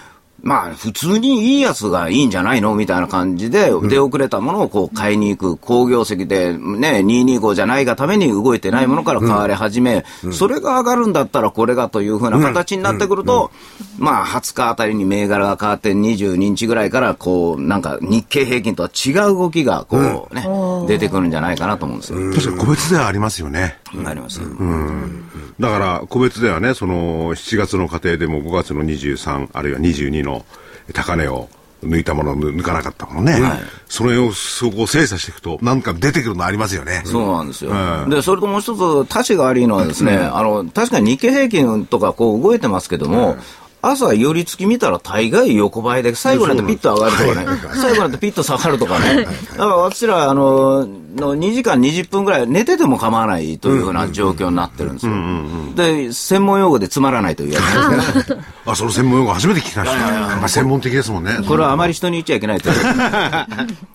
A: まあ、普通にいいやつがいいんじゃないのみたいな感じで、出遅れたものをこう買いに行く、工業績で、ね、225じゃないがために動いてないものから買われ始め、それが上がるんだったらこれがというふうな形になってくると、まあ、20日あたりに銘柄が変わって、22日ぐらいから、こう、なんか日経平均とは違う動きが、こうね、出てくるんじゃないかなと思うんですよ。
D: 確かに個別ではありますよね。
A: ありますけど
D: だから、個別ではね、その、7月の過程でも5月の23、あるいは22の高値を抜いたもの、抜抜かなかったものね。それを、そこを精査していくと、なんか出てくるのありますよね。
A: そうなんですよ、
D: うん
A: でそれともう一つ、たちが悪いのはですね、あの確かに日経平均とかこう動いてますけども、朝、寄り付き見たら大概横ばいで、最後になってピッと上がるとかね、最後になってピッと下がるとかね、だから私らあのの2時間20分ぐらい寝てても構わないというような状況になってるんですよ。で、専門用語でつまらないというやつですね
D: あ、その専門用語初めて聞きました。やっぱ専門的ですもんね。
A: これはあまり人に言っちゃいけない という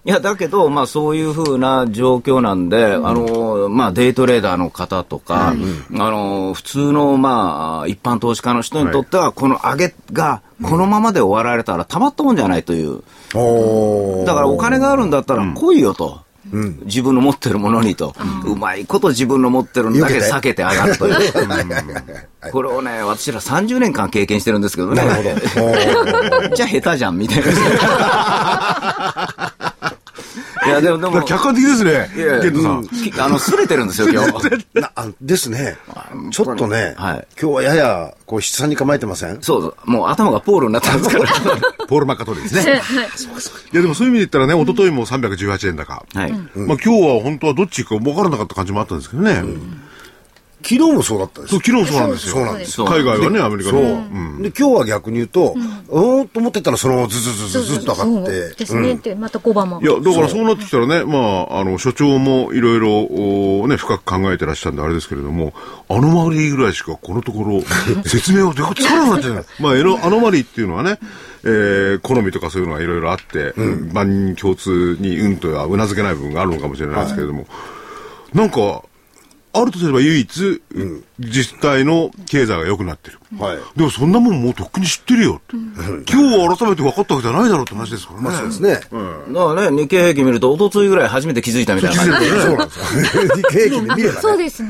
A: いや、だけど、まあ、そういうふうな状況なんで、あの、まあ、デイトレーダーの方とか、あの、普通の、まあ、一般投資家の人にとっては、この上げが、このままで終わられたらたまったもんじゃないという。
C: おー
A: だから お金があるんだったら来いよと。自分の持ってるものにと、うまいこと自分の持ってるのだけ避けて上がるという、 うんこれをね、私ら30年間経験してるんですけどね、 じゃあ下手じゃんみたいな。いや、でも、でも、
D: 客観的ですね、
A: いやいや
D: ケントさん。
A: きあの、すれてるんですよ、今日。
C: なあですね。ちょっとね、
A: はい
C: 今日はやや、こう、筆算に構えてません
A: そうそう、もう頭がポールになったんですから。
D: ポール・マッカートリ ーですね。いや、でもそういう意味で言ったらね、一昨日も318円高。
A: はい。
D: まあ今日は本当はどっち行くか分からなかった感じもあったんですけどね。
C: 昨日もそうだったです
D: そう、。昨日そうなんですよ。
C: そうなんです
A: そう
D: 海外はね、アメリカ
C: そう。
D: の。
C: で
D: うん、
C: 今日は逆に言うと、うーんと思ってたら、そのままずずずずずっと上がっ
B: そうで
C: て
B: す。ね。で、また5番も
D: い。や、だからそうなってきたらね、まあ、あの、所長もいろいろ、おーね、深く考えてらっしゃるんであれですけれども、アノマリーぐらいしかこのとこ ろ、説明をでかつかなくなっちゃうじゃない。まあ、エロアノマリーっていうのはね、えー、好みとかそういうのがいろいろあって、万人共通にうんとはうなずけない部分があるのかもしれないですけれども、なんか、あるとすれば唯一、実体の経済が良くなってる。
C: はい。
D: でもそんなもんもうとっくに知ってるよって、今日改めて分かったわけじゃないだろうって話ですからね。
C: まあそうですね。
A: だからね、日経平均見ると、一昨日ぐらい初めて気づいたみたいな感じ
C: ねそうなんですよ。 日経平均で見ればね。
F: そうですね。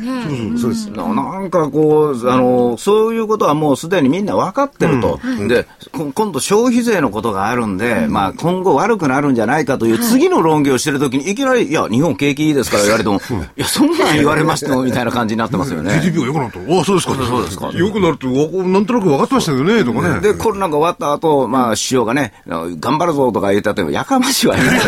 C: そうです。
A: ななんかこう、あの、そういうことはもうすでにみんな分かってると。で、こ今度消費税のことがあるんで、まあ今後悪くなるんじゃないかという次の論議をしてるときに、いきなり、いや、日本景気いいですから言われても、いや、そんなん言われましても、みたいな感じになってますよ ね。
D: GDP が良くなったああ、そうですか。
A: そうですか
D: 良くなると、わなんとなく分かってましたよね、とかね。
A: で、コロナが終わった後、まあ、首相がね、頑張るぞとか言ったっても、やかましいわよね。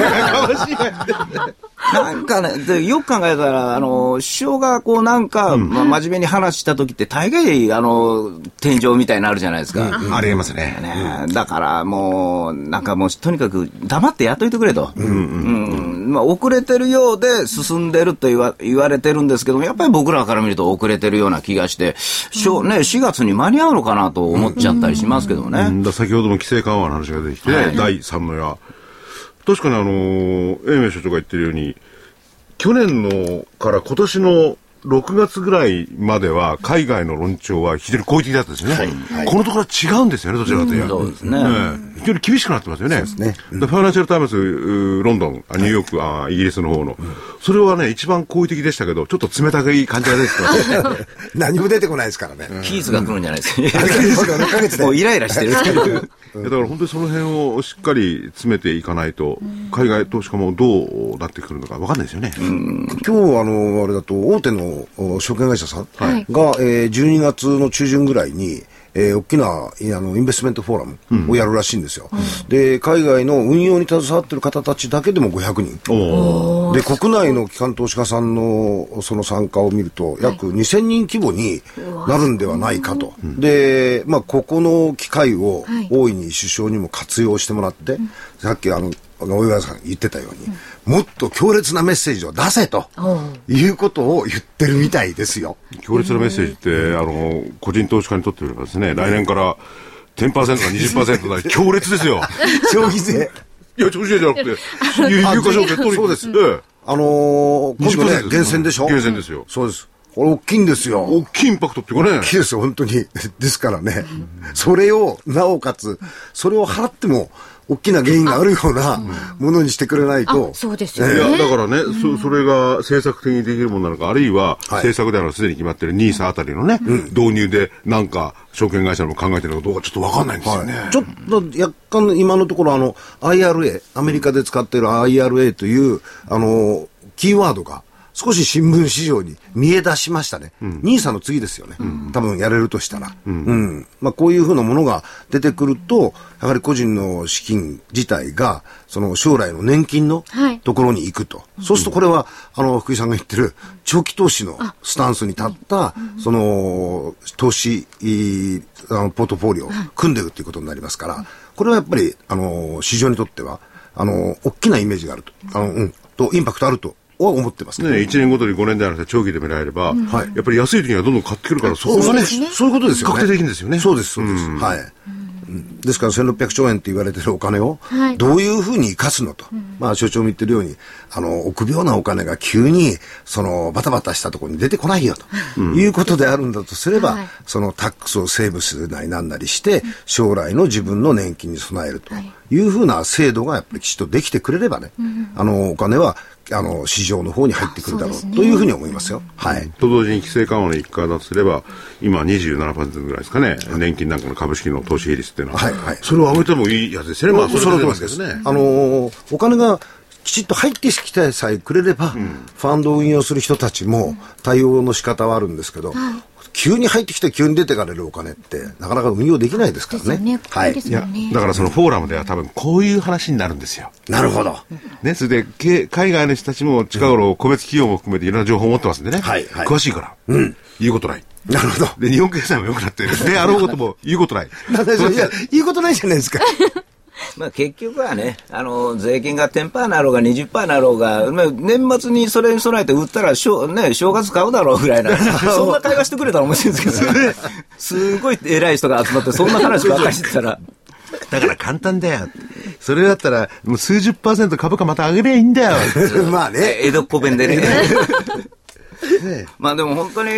A: なんかね、でよく考えたら、あの、首相がこうなんか、まあ、真面目に話した時って、大概、あの、天井みたいになるじゃないですか。
G: ありえますね。
A: ねだからもう、なんかもう、とにかく黙ってやっといてくれと、うんまあ、遅れてるようで進んでると言わ言われてるんですけども、やっぱり僕らから見ると遅れてるような気がして、しょうね、4月に間に合うのかなと思っちゃったりしますけどね。
D: うんだ先ほども規制緩和の話が出てきて、第3の矢。確かにあのー、英明所長が言ってるように、去年のから今年の6月ぐらいまでは、海外の論調は非常に好意的だったんですよね。このところは違うんですよね、どちらかというと。
A: そうですね
D: え非常に厳しくなってますよね。
C: ね
D: でファイナンシャル・タイムズ、うーロンドン、あニューヨーク、あイギリスの方の、それはね、一番好意的でしたけど、ちょっと冷たい感じ が出てきました。
C: 何も出てこないですからね。
A: キースが来るんじゃないです か。
C: 6ヶ月で
A: もうイライラしてる。
D: いやだから本当にその辺をしっかり詰めていかないと、海外投資家もどうなってくるのか分かんないですよね。
C: 今日あのあれだと大手のお証券会社さんが、
F: はい
C: えー12月の中旬ぐらいに、えー大きないあのインベストメントフォーラムをやるらしいんですよ、で海外の運用に携わってる方たちだけでも500人で国内の機関投資家さんのその参加を見ると約2000人規模になるんではないかと、で、まあ、ここの機会を
F: はい
C: 大いに首相にも活用してもらって、さっきあの大岩さんが言ってたように、もっと強烈なメッセージを出せということを言ってるみたいですよ。
D: 強烈なメッセージって、あの、個人投資家にとってみればですね、来年から10%か20%だ、 強烈ですよ。
C: 消費税。
D: いや、調子いいじゃなくて、有有価証券取り
C: そうです
D: え
C: あのー、
D: え
C: 今度ね、厳選でしょ
D: 厳選ですよ。
C: そうです。これ大きいんですよ。
D: 大きいインパクトっていうかね
C: 大きい。ですよ、本当に。ですからね、それを、なおかつ、それを払っても、大きな原因があるようなものにしてくれないと
F: あ、、そうです
D: い
F: よね。
D: や、だからね、そ、それが政策的にできるものなのか、あるいは、
C: はい
D: 政策であの、すでに決まってる NISA あたりのね、導入で、なんか、証券会社も考えてるのかどうかちょっと分かんないんですよね。
C: はいちょっと若干今のところあの IRA アメリカで使っている IRA というあのキーワードが少し新聞市場に見え出しましたね、ニーサの次ですよね、多分やれるとしたら、うんまあ、こういうふうなものが出てくると、やはり個人の資金自体が、その将来の年金の
F: はい
C: ところに行くと、そうするとこれは、あの福井さんが言ってる、長期投資のスタンスに立った、その投資いいあのポートフォリオを組んでいくということになりますから、これはやっぱりあの市場にとっては、あの大きなイメージがあると、あのうん、とインパクトあるとは思ってますけど
D: ね、1年ごとに5年であると長期で見られれば、
C: はい
D: やっぱり安い時にはどんどん買ってくるから、そこ
C: そ
D: が
C: う
D: ね、
C: ですねそういうことですよね。
D: 確定できるんですよね
C: そうです、そうです。はい。うんですから1600兆円って言われてるお金を
F: はい
C: どういうふうに生かすのと、まあ所長も言ってるようにあの臆病なお金が急にそのバタバタしたところに出てこないよということであるんだとすれば、
F: はい
C: そのタックスをセーブするなりなんなりして将来の自分の年金に備えるというふうな制度がやっぱりきちっとできてくれればね、あのお金はあの市場の方に入ってくるだろ
F: あ
C: う
F: そうですね
C: というふうに思いますよ。はい。
D: と同時に規制緩和の一環だとすれば、今27%ぐらいですかね、年金なんかの株式の投資比率っていうのは、
C: はいはい
D: それを上げてもいいやつですね、まあ、
C: その通り
D: そ
C: で
D: れ
C: す
D: は出てますけどね。
C: あのーお金がきちっと入ってきてさえくれれば、ファンドを運用する人たちも対応の仕方はあるんですけど、急に入ってきて急に出てかれるお金って、なかなか運用できないですから
F: ですよね
C: ね。はい
F: 怖いです
D: いや、だからそのフォーラムでは多分こういう話になるんですよ。
C: なるほど。
D: ね、それで、け海外の人たちも近頃、個別企業も含めていろんな情報を持ってますんでね。
C: はいはい
D: 詳しいから。うん。言うことない。
C: なるほど。
D: で、日本経済も良くなってる。で、あろうことも言うことない。
C: なんでしょういや、言うことないじゃないですか。
A: まあ、結局はね、あの税金が10%なろうが20%なろうが、まあ、年末にそれに備えて売ったらしょう、ね、正月買うだろうぐらいな、 そんな会話してくれたら面白いんですけど ね、すごい偉い人が集まって、そんな話ばっかりしてたら、
G: だから簡単だよ。それだったら、もう数十パーセント株価また上げりゃいいんだよ。
C: まあね。
A: 江戸っ子弁でね。
C: ね
A: まあでも本当に、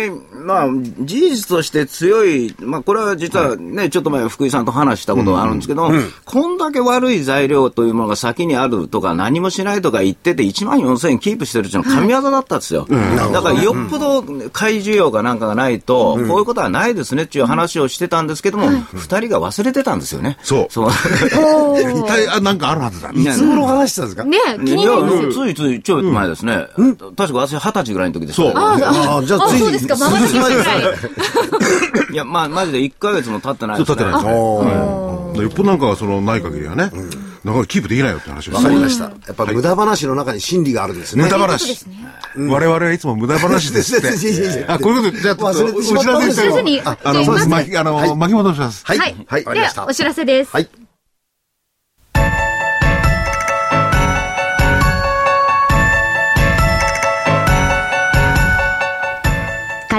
A: まあ事実として強い、まあこれは実はね、ちょっと前福井さんと話したことがあるんですけど、こんだけ悪い材料というものが先にあるとか何もしないとか言ってて1万4000円キープしてるっていうのは神業だったんですよ。だからよっぽど買い需要かなんかがないと、こういうことはないですねっていう話をしてたんですけども、二人が忘れてたんですよね。
D: そう
A: そう。
H: お
B: い
H: ー
B: たいあなんかあるはずだ。
A: い
B: い
A: や
B: つ頃話してたんですか
H: ねえ気になります
A: いやついついちょい前ですね。確か私二十歳ぐらいの時です
D: そう。
C: ああ、じゃあ
H: あ、
C: つい
H: そうですか、まばたきぐらい。
A: いや、まあ、マジで1ヶ月も経ってないです、
D: 立
A: ね。
D: ってないですね。はいよっぽどなんかがそのない限りはね、なかなかキープできないよって話を
C: わかりました。やっぱ無駄話の中に真理があるんですね。
D: 無駄
H: そうで
D: 話。
H: すね。
D: 我々はいつも無駄話ですって
C: いやいやいやい。や
D: あ、こういうこと、じゃあ、ちょっと
C: 忘れてしまった
D: お知らせ
H: 忘れずに
D: ああの、
H: じゃあまず
D: 巻き、あの、巻き戻します。
C: はい。はい、
H: で
C: わかりまし
H: は
C: た
H: お。知らせです。
C: はい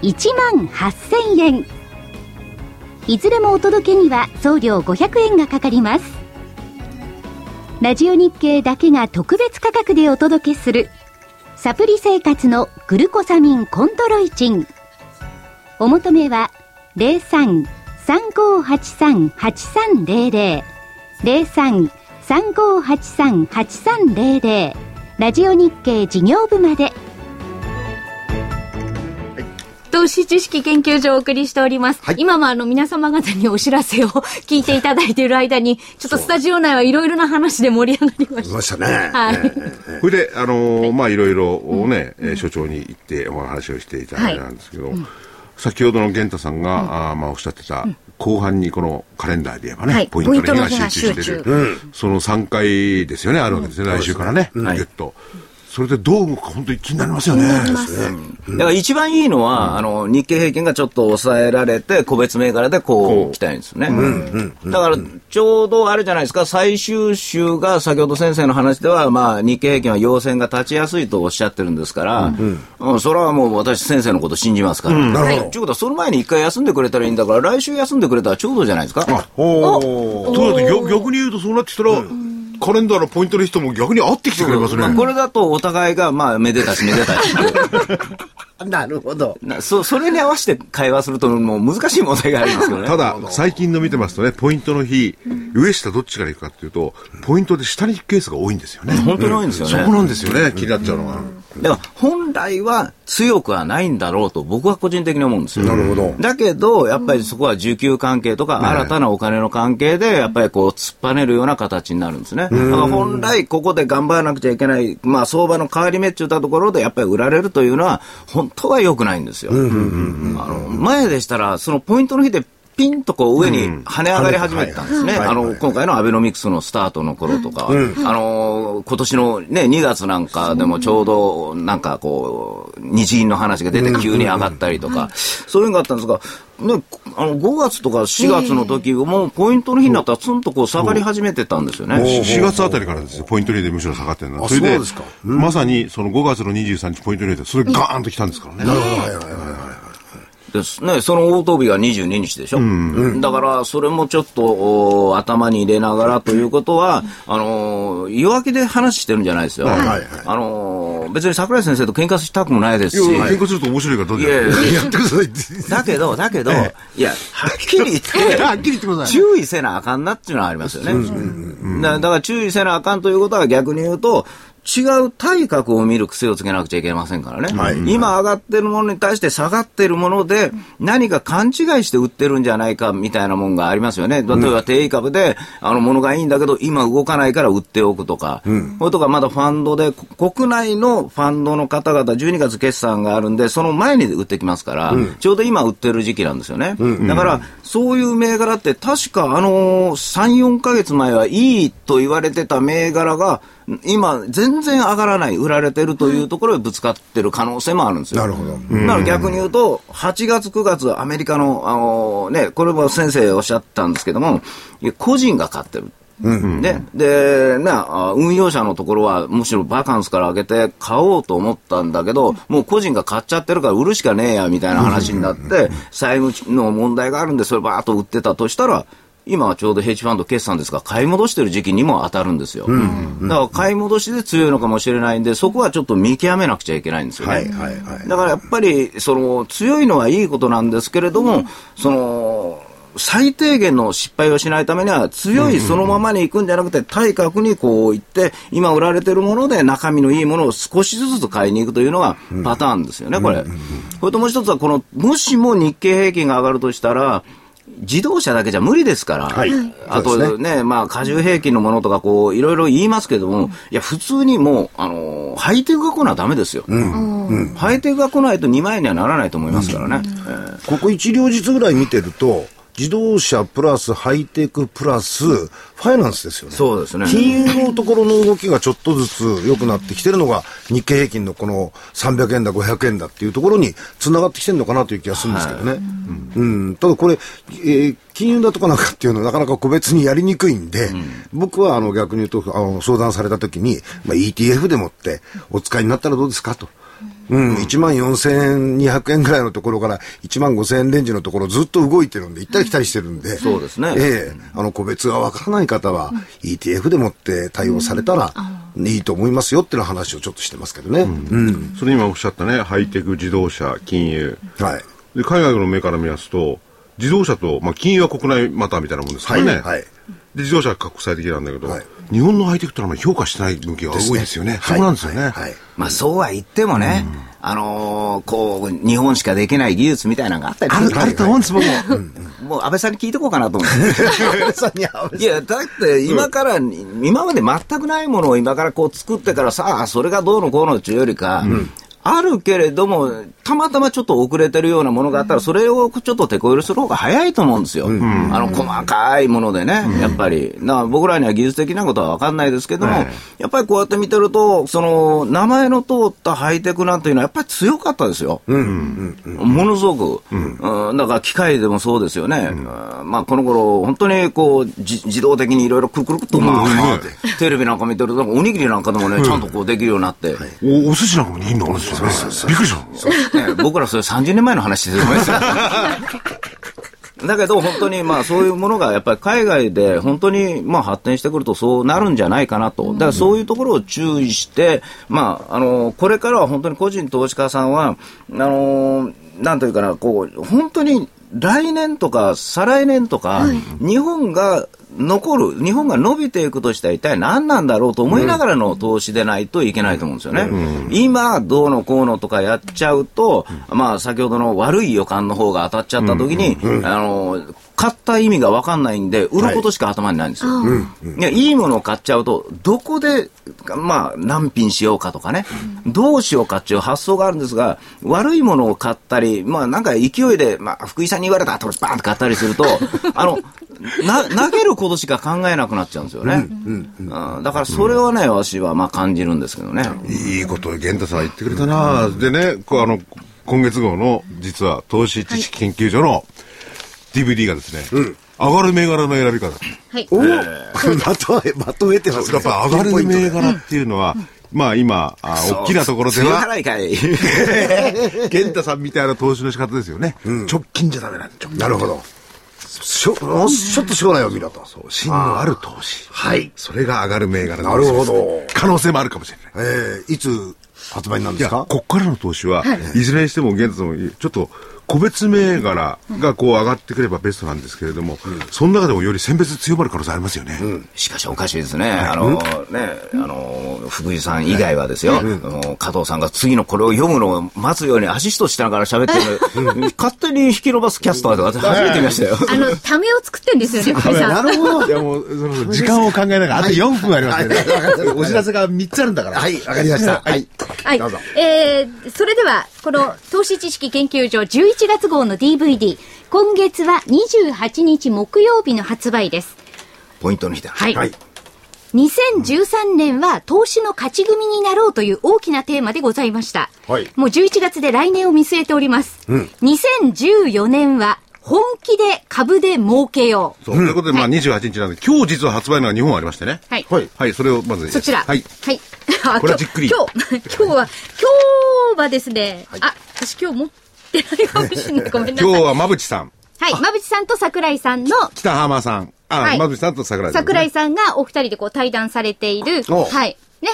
H: 1万8000円いずれもお届けには送料500円がかかりますラジオ日経だけが特別価格でお届けするサプリ生活のグルコサミンコントロイチンお求めは03-3583-8300 03-3583-8300ラジオ日経事業部まで投資知識研究所をお送りしております。今もあの皆様方にお知らせを聞いていただいている間に、ちょっとスタジオ内はいろいろな話で盛り上がりま
C: い
H: し
C: ましたね。
H: た。はい。
D: それで、あのーまあ、いろいろをね、えー所長に行って、お話をしていただいたんですけど、先ほどの源太さんが、あーまあ、おっしゃってた、後半にこのカレンダーで言えばね、
H: はい
D: ポイントの日
H: ポイントの日
D: が
H: が
D: 集中してる、その3回ですよね、あるわけですね、来週からね、ギュッと。それでどう動くか、本当に気になりますよね。
A: だから一番いいのは、あの、日経平均がちょっと抑えられて、個別銘柄でこう、来たいんですよね。だから、ちょうどあれじゃないですか、最終週が、先ほど先生の話では、まあ、日経平均は陽線が立ちやすいとおっしゃってるんですから、うんそれはもう私、先生のこと信じますから。
C: なるほ
A: ということは、その前に一回休んでくれたらいいんだから、来週休んでくれたらちょうどじゃないですか。
D: あそうだって逆逆に言うとそうなってきたら、カレンダーのポイントの人も逆に合ってきてくれますね。
A: まあこれだとお互いが、まあ、めでたしめでたし。
C: ど。なるほど。
A: なそそれに合わせて会話するともう難しい問題がありますけどね。
D: ただ、最近の見てますとね、ポイントの日、上下どっちから行くかっていうと、ポイントで下に行くケースが多いんですよね。
A: 本当に多いんですよ
D: そ
A: ね。
D: こなんですよね、気になっちゃうのが。
A: だから本来は強くはないんだろうと僕は個人的に思うんですよ。
C: なるほど。
A: だけど、やっぱりそこは需給関係とか、新たなお金の関係で、やっぱりこう、突っぱねるような形になるんですね。だから本来、ここで頑張らなくちゃいけない、まあ、相場の変わり目って言ったところで、やっぱり売られるというのは、本当は良くないんですよ。あの前でしたら、そのポイントの日で、ピンとこう上に跳ね上がり始めてたんですね。あの、今回のアベノミクスのスタートの頃とか、あの、今年のね、2月なんかでもちょうど、なんかこう、日銀の話が出て急に上がったりとか、そういうのがあったんですが、ね、あの5月とか4月の時、もうポイントの日になったら、ツンとこう下がり始めてたんですよね。
D: 4月あたりからですよ、ポイントリーでむしろ下がってるのは
C: あ
D: それで
C: そうですか
D: まさにその5月の23日ポイントリーで、それガーンと来たんですからね。
A: ですね、その応答日が22日でしょ。だから、それもちょっとお頭に入れながらということは、あのー弱気で話してるんじゃないですよ。
D: はい
C: はい
A: あのー別に桜井先生と喧嘩したくもないです
D: い
A: し。
D: や、喧嘩すると面白いからどう
A: い
D: じゃ
A: やいや
C: やってください。
A: だけど、だけど、いや、はっきり 言っ て、
B: はっきり言ってください。
A: 注意せなあかんなっていうのはありますよね。だだから注意せなあかんということは逆に言うと、違う体格を見る癖をつけなくちゃいけませんからね、
C: はい
A: 今上がってるものに対して下がってるもので、何か勘違いして売ってるんじゃないかみたいなもんがありますよね、例えば定位株で、あの物がいいんだけど、今動かないから売っておくとか、これとかまだファンドで、こ国内のファンドの方々、12月決算があるんで、その前に売ってきますから、ちょうど今売ってる時期なんですよね。だから、そういう銘柄って、確かあの3、4ヶ月前はいいと言われてた銘柄が、今、全然上がらない、売られてるというところへぶつかってる可能性もあるんですよ。
C: なるほど
A: だから逆に言うと、8月、9月、アメリカの、あのね、これも先生おっしゃったんですけども、いや個人が買ってる。ででなあ運用者のところはむしろバカンスから上げて買おうと思ったんだけどもう個人が買っちゃってるから売るしかねえやみたいな話になって債務の問題があるんでそれバーッと売ってたとしたら今はちょうどヘッジファンド決算ですが買い戻してる時期にも当たるんですよ、だから買い戻しで強いのかもしれないんでそこはちょっと見極めなくちゃいけないんですよね、
C: はいはいはい
A: だからやっぱりその強いのはいいことなんですけれども、その最低限の失敗をしないためには強いそのままに行くんじゃなくて対角にこう行って今売られてるもので中身のいいものを少しずつ買いに行くというのがパターンですよね、これ。これともう一つはこのもしも日経平均が上がるとしたら自動車だけじゃ無理ですから、
C: はい
A: あ
C: そうで
A: と
C: す
A: ね、まあ、荷重平均のものとか、こう、いろいろ言いますけども、いや、普通にもう、あのー、ハイテクが来なダメですよ。ハイテクが来ないと2万円にはならないと思いますからね。えー
C: ここ一両日ぐらい見てると、自動車プラスハイテクプラスファイナンスですよね。
A: そうですね。
C: 金融のところの動きがちょっとずつ良くなってきてるのが、日経平均のこの300円だ、500円だっていうところに繋がってきてるのかなという気がするんですけどね。うん。ただこれ、えー金融だとかなんかっていうのはなかなか個別にやりにくいんで、僕はあの逆に言うと、あの相談された時に、まあ、ETF でもってお使いになったらどうですかと。うん、1万4200円ぐらいのところから1万5000円レンジのところずっと動いてるんで、行ったり来たりしてるんで。
A: そうですね
C: ええええあの個別がわからない方は ETF でもって対応されたらいいと思いますよっていう話をちょっとしてますけどね。うん。
D: それ今おっしゃったね、ハイテク、自動車、金融。
C: はい。
D: で海外の目から見ますと、自動車と、まあ、金融は国内またみたいなもんですからね。
C: はいはい
D: で自動車は国際的なんだけど、
C: はい
D: 日本のハイテクってのはあんまり評価してない向きが多いですよね。そ
C: は
D: う
C: い
D: なんですよね。
C: はいはい
A: まあ、そうは言ってもね、あのーこう、日本しかできない技術みたいなのがあったり
D: あ
A: する
D: る、あると思うんです、僕も。
A: もう安倍さんに聞いとこうかなと 思って。
C: さに合わせ
A: いや、だって今から、今まで全くないものを今からこう作ってからさあ、それがどうのこうのっていうよりか、あるけれども、たまたまちょっと遅れてるようなものがあったら、それをちょっと手こ入れする方が早いと思うんですよ。あの、細かいものでね、やっぱり。だから僕らには技術的なことは分かんないですけども、
D: はい
A: やっぱりこうやって見てると、その、名前の通ったハイテクなんていうのはやっぱり強かったですよ。ものすごく、うん、だから機械でもそうですよね、うんまあ、この頃本当にこうじ自動的にいろいろくるくるっと回って、テレビなんか見てると、なんかおにぎりなんかでもね、ちゃんとこうできるようになって、
D: おお寿司なんかもいいんだ、あるんですよね。びっくりした。
A: ね僕らそれ30年前の話ですよね。 だけど本当にまあそういうものがやっぱり海外で本当にまあ発展してくるとそうなるんじゃないかなと、だからそういうところを注意して、まあ、あのこれからは本当に個人投資家さんは、あのなんというかな、こう本当に来年とか再来年とか、日本が残る、日本が伸びていくとしたら一体何なんだろうと思いながらの投資でないといけないと思うんですよね。今、どうのこうのとかやっちゃうと、まあ先ほどの悪い予感の方が当たっちゃった時に、あの、買った意味が分かんないんで、売ることしか頭にないんですよ。いや、いいものを買っちゃうと、どこで、まあ、何品しようかとかね、どうしようかっていう発想があるんですが、悪いものを買ったり、まあ、なんか勢いで、まあ、福井さんに言われたとバーンと買ったりする と、あの、な、投げることしか考えなくなっちゃうんですよね。うんだから、それはね、わしは、まあ、感じるんですけどね。
D: いいことを源太さん言ってくれたな、でね、こうあの、今月号の、実は、投資知識研究所の DVD がですね、上がる銘柄の選び方。
B: はい。
C: お まとめ、まとめてます
D: やっぱ上がる銘柄っていうのは、まあ今、あ大きなところで
A: 強い
D: は、
A: 払いか い。
D: 源太さんみたいな投資の仕方ですよね。直近じゃダメなんで、直近
C: なるほど。しょ、もうちょっと将来を見ろと。
D: そう芯のある投資。
C: はい。
D: それが上がる銘柄
C: なるほど。
D: 可能性もあるかもしれない。
C: えーいつ発売なん
D: い
C: で
D: や、
C: すか
D: こっからの投資は、いずれにしても、現在も、ちょっと、個別銘柄がこう上がってくればベストなんですけれども、その中でもより選別強まる可能性ありますよね。
A: しかしおかしいですね。あの、ね、あの、福井さん以外はですよ、あの加藤さんが次のこれを読むのを待つようにアシストしながら喋ってる、勝手に引き伸ばすキャスターとか初めて見ましたよ。
B: あの、ためを作ってんですよね、福井さ。
G: なんるほど
F: いやもう、その時間を考えながら、あと4分ありますよね。お知らせが3つあるんだから。
G: はい、わかりました。はい。
B: はい
G: どうぞ。。
B: えー、それでは、この投資知識研究所11月号の DVD、今月は28日木曜日の発売です。
A: ポイントの日だ。
B: はい。
G: はい。
B: 2013年は投資の勝ち組になろうという大きなテーマでございました。
G: はい
B: もう11月で来年を見据えております。2014年は本気で株で儲けよう。
D: そうということで、まあ28日なんで、今日実は発売のが日本ありましてね。
B: はい。
G: はい。
D: はい、それをまず。
B: そちら。
D: はい。
B: はい。あ
D: これはじっくり
B: 今日、 今日今日は、今日はですね、あ、私今日持ってないかもしれない。ごめんなさい。
D: 今日は馬淵さん、
B: はい。馬淵さんと桜井さんの、
D: 北浜さん、あ、
B: はい
D: 馬淵さんと桜井さん、
B: 桜井さんがお二人でこう対談されている、
C: お
B: はい。ね。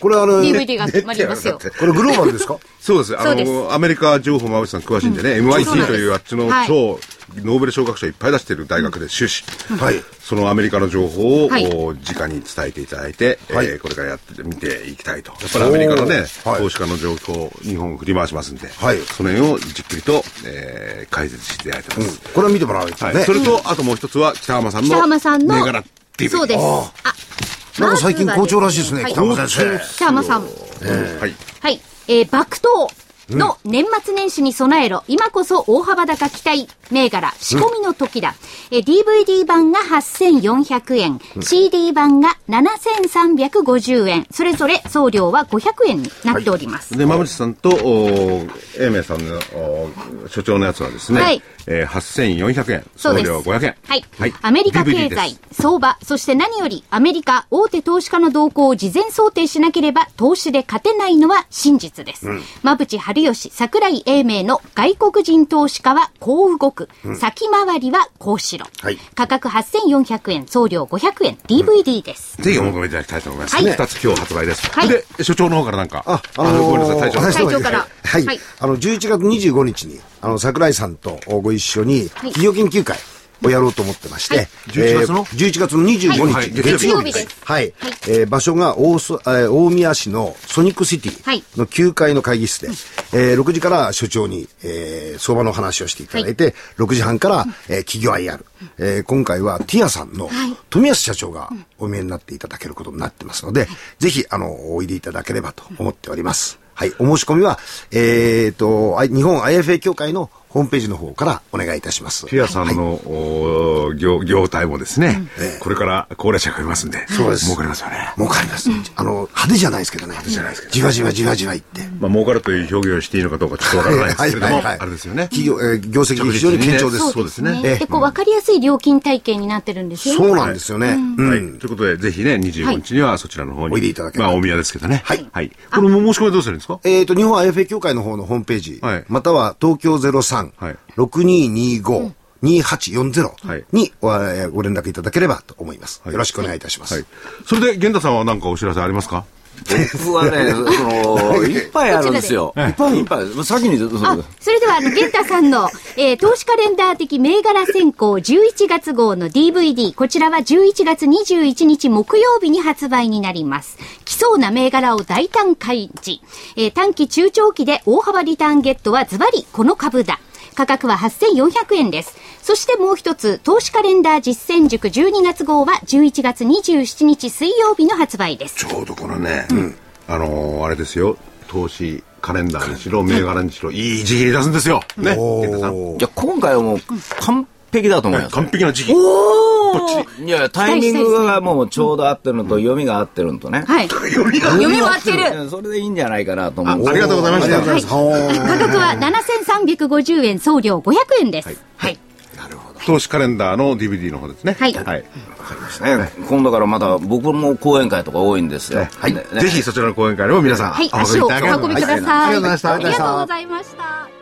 C: これあの、
B: DVD が集まりますよ。
C: これグローバルです か
D: そうです。あ
B: そ
D: の
B: うです
D: アメリカ情報も馬淵さん詳しいんでね、
B: そうなん
D: MIT
B: で
D: と
B: す
D: いうあっちの
B: はい
D: 超、ノーベル賞学賞いっぱい出してる大学で修士、
C: はい。
D: そのアメリカの情報を、
B: はい
D: お直に伝えていただいて、
C: はい
D: えーこれからやってみていきたいと。やっぱりアメリカのね、
C: はい
D: 投資家の情報を日本を振り回しますんで、
C: はい
D: その辺をじっくりと、えー解説していただいてます。
C: これは見てもらわないと
D: はい、
C: ね
D: そ。れと、あともう一つは北浜さんの
B: 北浜さんの、
D: 銘柄っていう
B: そうです。あ、
C: なんか最近
B: まずは
C: 好調らしいですね、
B: はい
C: 北浜先生。
B: 北浜さん。
D: はい
B: はい。えー、爆投の年末年始に備えろ。今こそ大幅高期待銘柄、仕込みの時だ。えー、DVD 版が8400円、CD 版が7350円、それぞれ送料は500円になっております。
D: で、馬渕さんと、お英明さんの、お所長のやつはですね、
B: はい
D: えー、8400円、
B: そう
D: 送
B: です。
D: 料500円。
B: はい。アメリカ経
D: DVD で
B: 済
D: す、
B: 相場、そして何よりアメリカ大手投資家の動向を事前想定しなければ投資で勝てないのは真実です。馬淵春吉、桜井英明の外国人投資家はこう動く。先回りはこうしろ。
C: はい
B: 価格8400円、送料500円、DVD です。
D: ぜひお求めいただきたいと思います。
B: はい
D: 二、つ今日発売です。
B: はい
D: で、所長の方からなんか、
C: あ、あの
D: ごめんなさい、
C: ー
D: 大将。
B: 長会長から
C: はい。
B: はい
C: あの、11月25日に、あの、桜井さんとご一緒に、
B: い
C: 企業研究会をやろうと思ってまして、
B: はい
C: えー
D: 11月の
C: 11月の25日、
D: はい
B: 月曜日です
C: はい。
B: はい
C: えー場所が大そ、えー大宮市のソニックシテ
B: はい
C: ィの9階の会議室で、えー6時から所長に、えー相場の話をしていただいて、6時半から、えー企業 IR、えー今回はティアさんの富安社長がお見えになっていただけることになってますので、ぜひ、あの、おいでいただければと思っております。はい。お申し込みは、えー、と、あい日本 IFA 協会のホームページの方からお願いいたします。
D: ピアさんの、お業業態もですね、これから高齢者がいますんで、
C: そうです
D: 儲かりますよね。
C: 儲かります。あの、派手じゃないですけどね。派手じゃないですけど、じわじわじわじわいって。
D: まあ、儲かるという表現をしていいのかどうかちょっとわからないですけれども、あれですよね。
C: 企業、えー業績非常に堅調です。
D: そうですね
C: ええ
B: で、こう、わかりやすい料金体系になってるんですよね。
C: そうなんですよね。うん
D: はい。ということで、ぜひね、25日にはそちらの方に。
C: おいでいただけれ
D: ま
C: ば
D: あ、大宮ですけどね。
C: はい
D: はい。これも申し込みどうするんですか
C: えっ、と、日本 IFA 協会の方のホームページ、
D: はい
C: または東京
D: はいはい
C: 03-6225-2840にお,、えーご連絡いただければと思います。
D: はい
C: よろしくお願いいたします。
D: はい。それで、源太さんは何かお知らせありますか
A: 僕はね、その、いっぱいあるんですよ。いっぱいいっぱい。先に、そ
B: あ
A: う、
B: それでは、あの、玄太さんの、えー投資カレンダー的銘柄選考11月号の DVD、こちらは11月21日木曜日に発売になります。来そうな銘柄を大胆開示。えー短期中長期で大幅リターンゲットはズバリこの株だ。価格は8400円です。そしてもう一つ、投資カレンダー実践塾12月号は11月27日水曜日の発売です。
D: ちょうどこのね、あのーあれですよ、投資カレンダーにしろ、銘柄にしろ、いい時期に出すんですよ。ね。源太さん。
A: いや、今回はもう、完璧だと思います。
D: 完璧な時期。
A: いや、タイミングがもうちょうど合ってるのと、読みが合ってるのとね。
B: はい。読み終わってる。
A: それでいいんじゃないかなと思うんです
D: ありがとうございました
C: ありがとうございます。は
B: 価格は7350円、送料500円です。はい。
D: 投資カレンダーの DVD の方ですね。
B: はい
D: はい。
A: ね、今度からまた僕も講演会とか多いんですよ。はい。
D: ぜひそちらの講演会でも皆さん、
B: はい、
D: お越し
B: 足
D: い
B: をお
D: ただければ
B: 運びください。
G: ありがとうございました
B: ありがとうございました。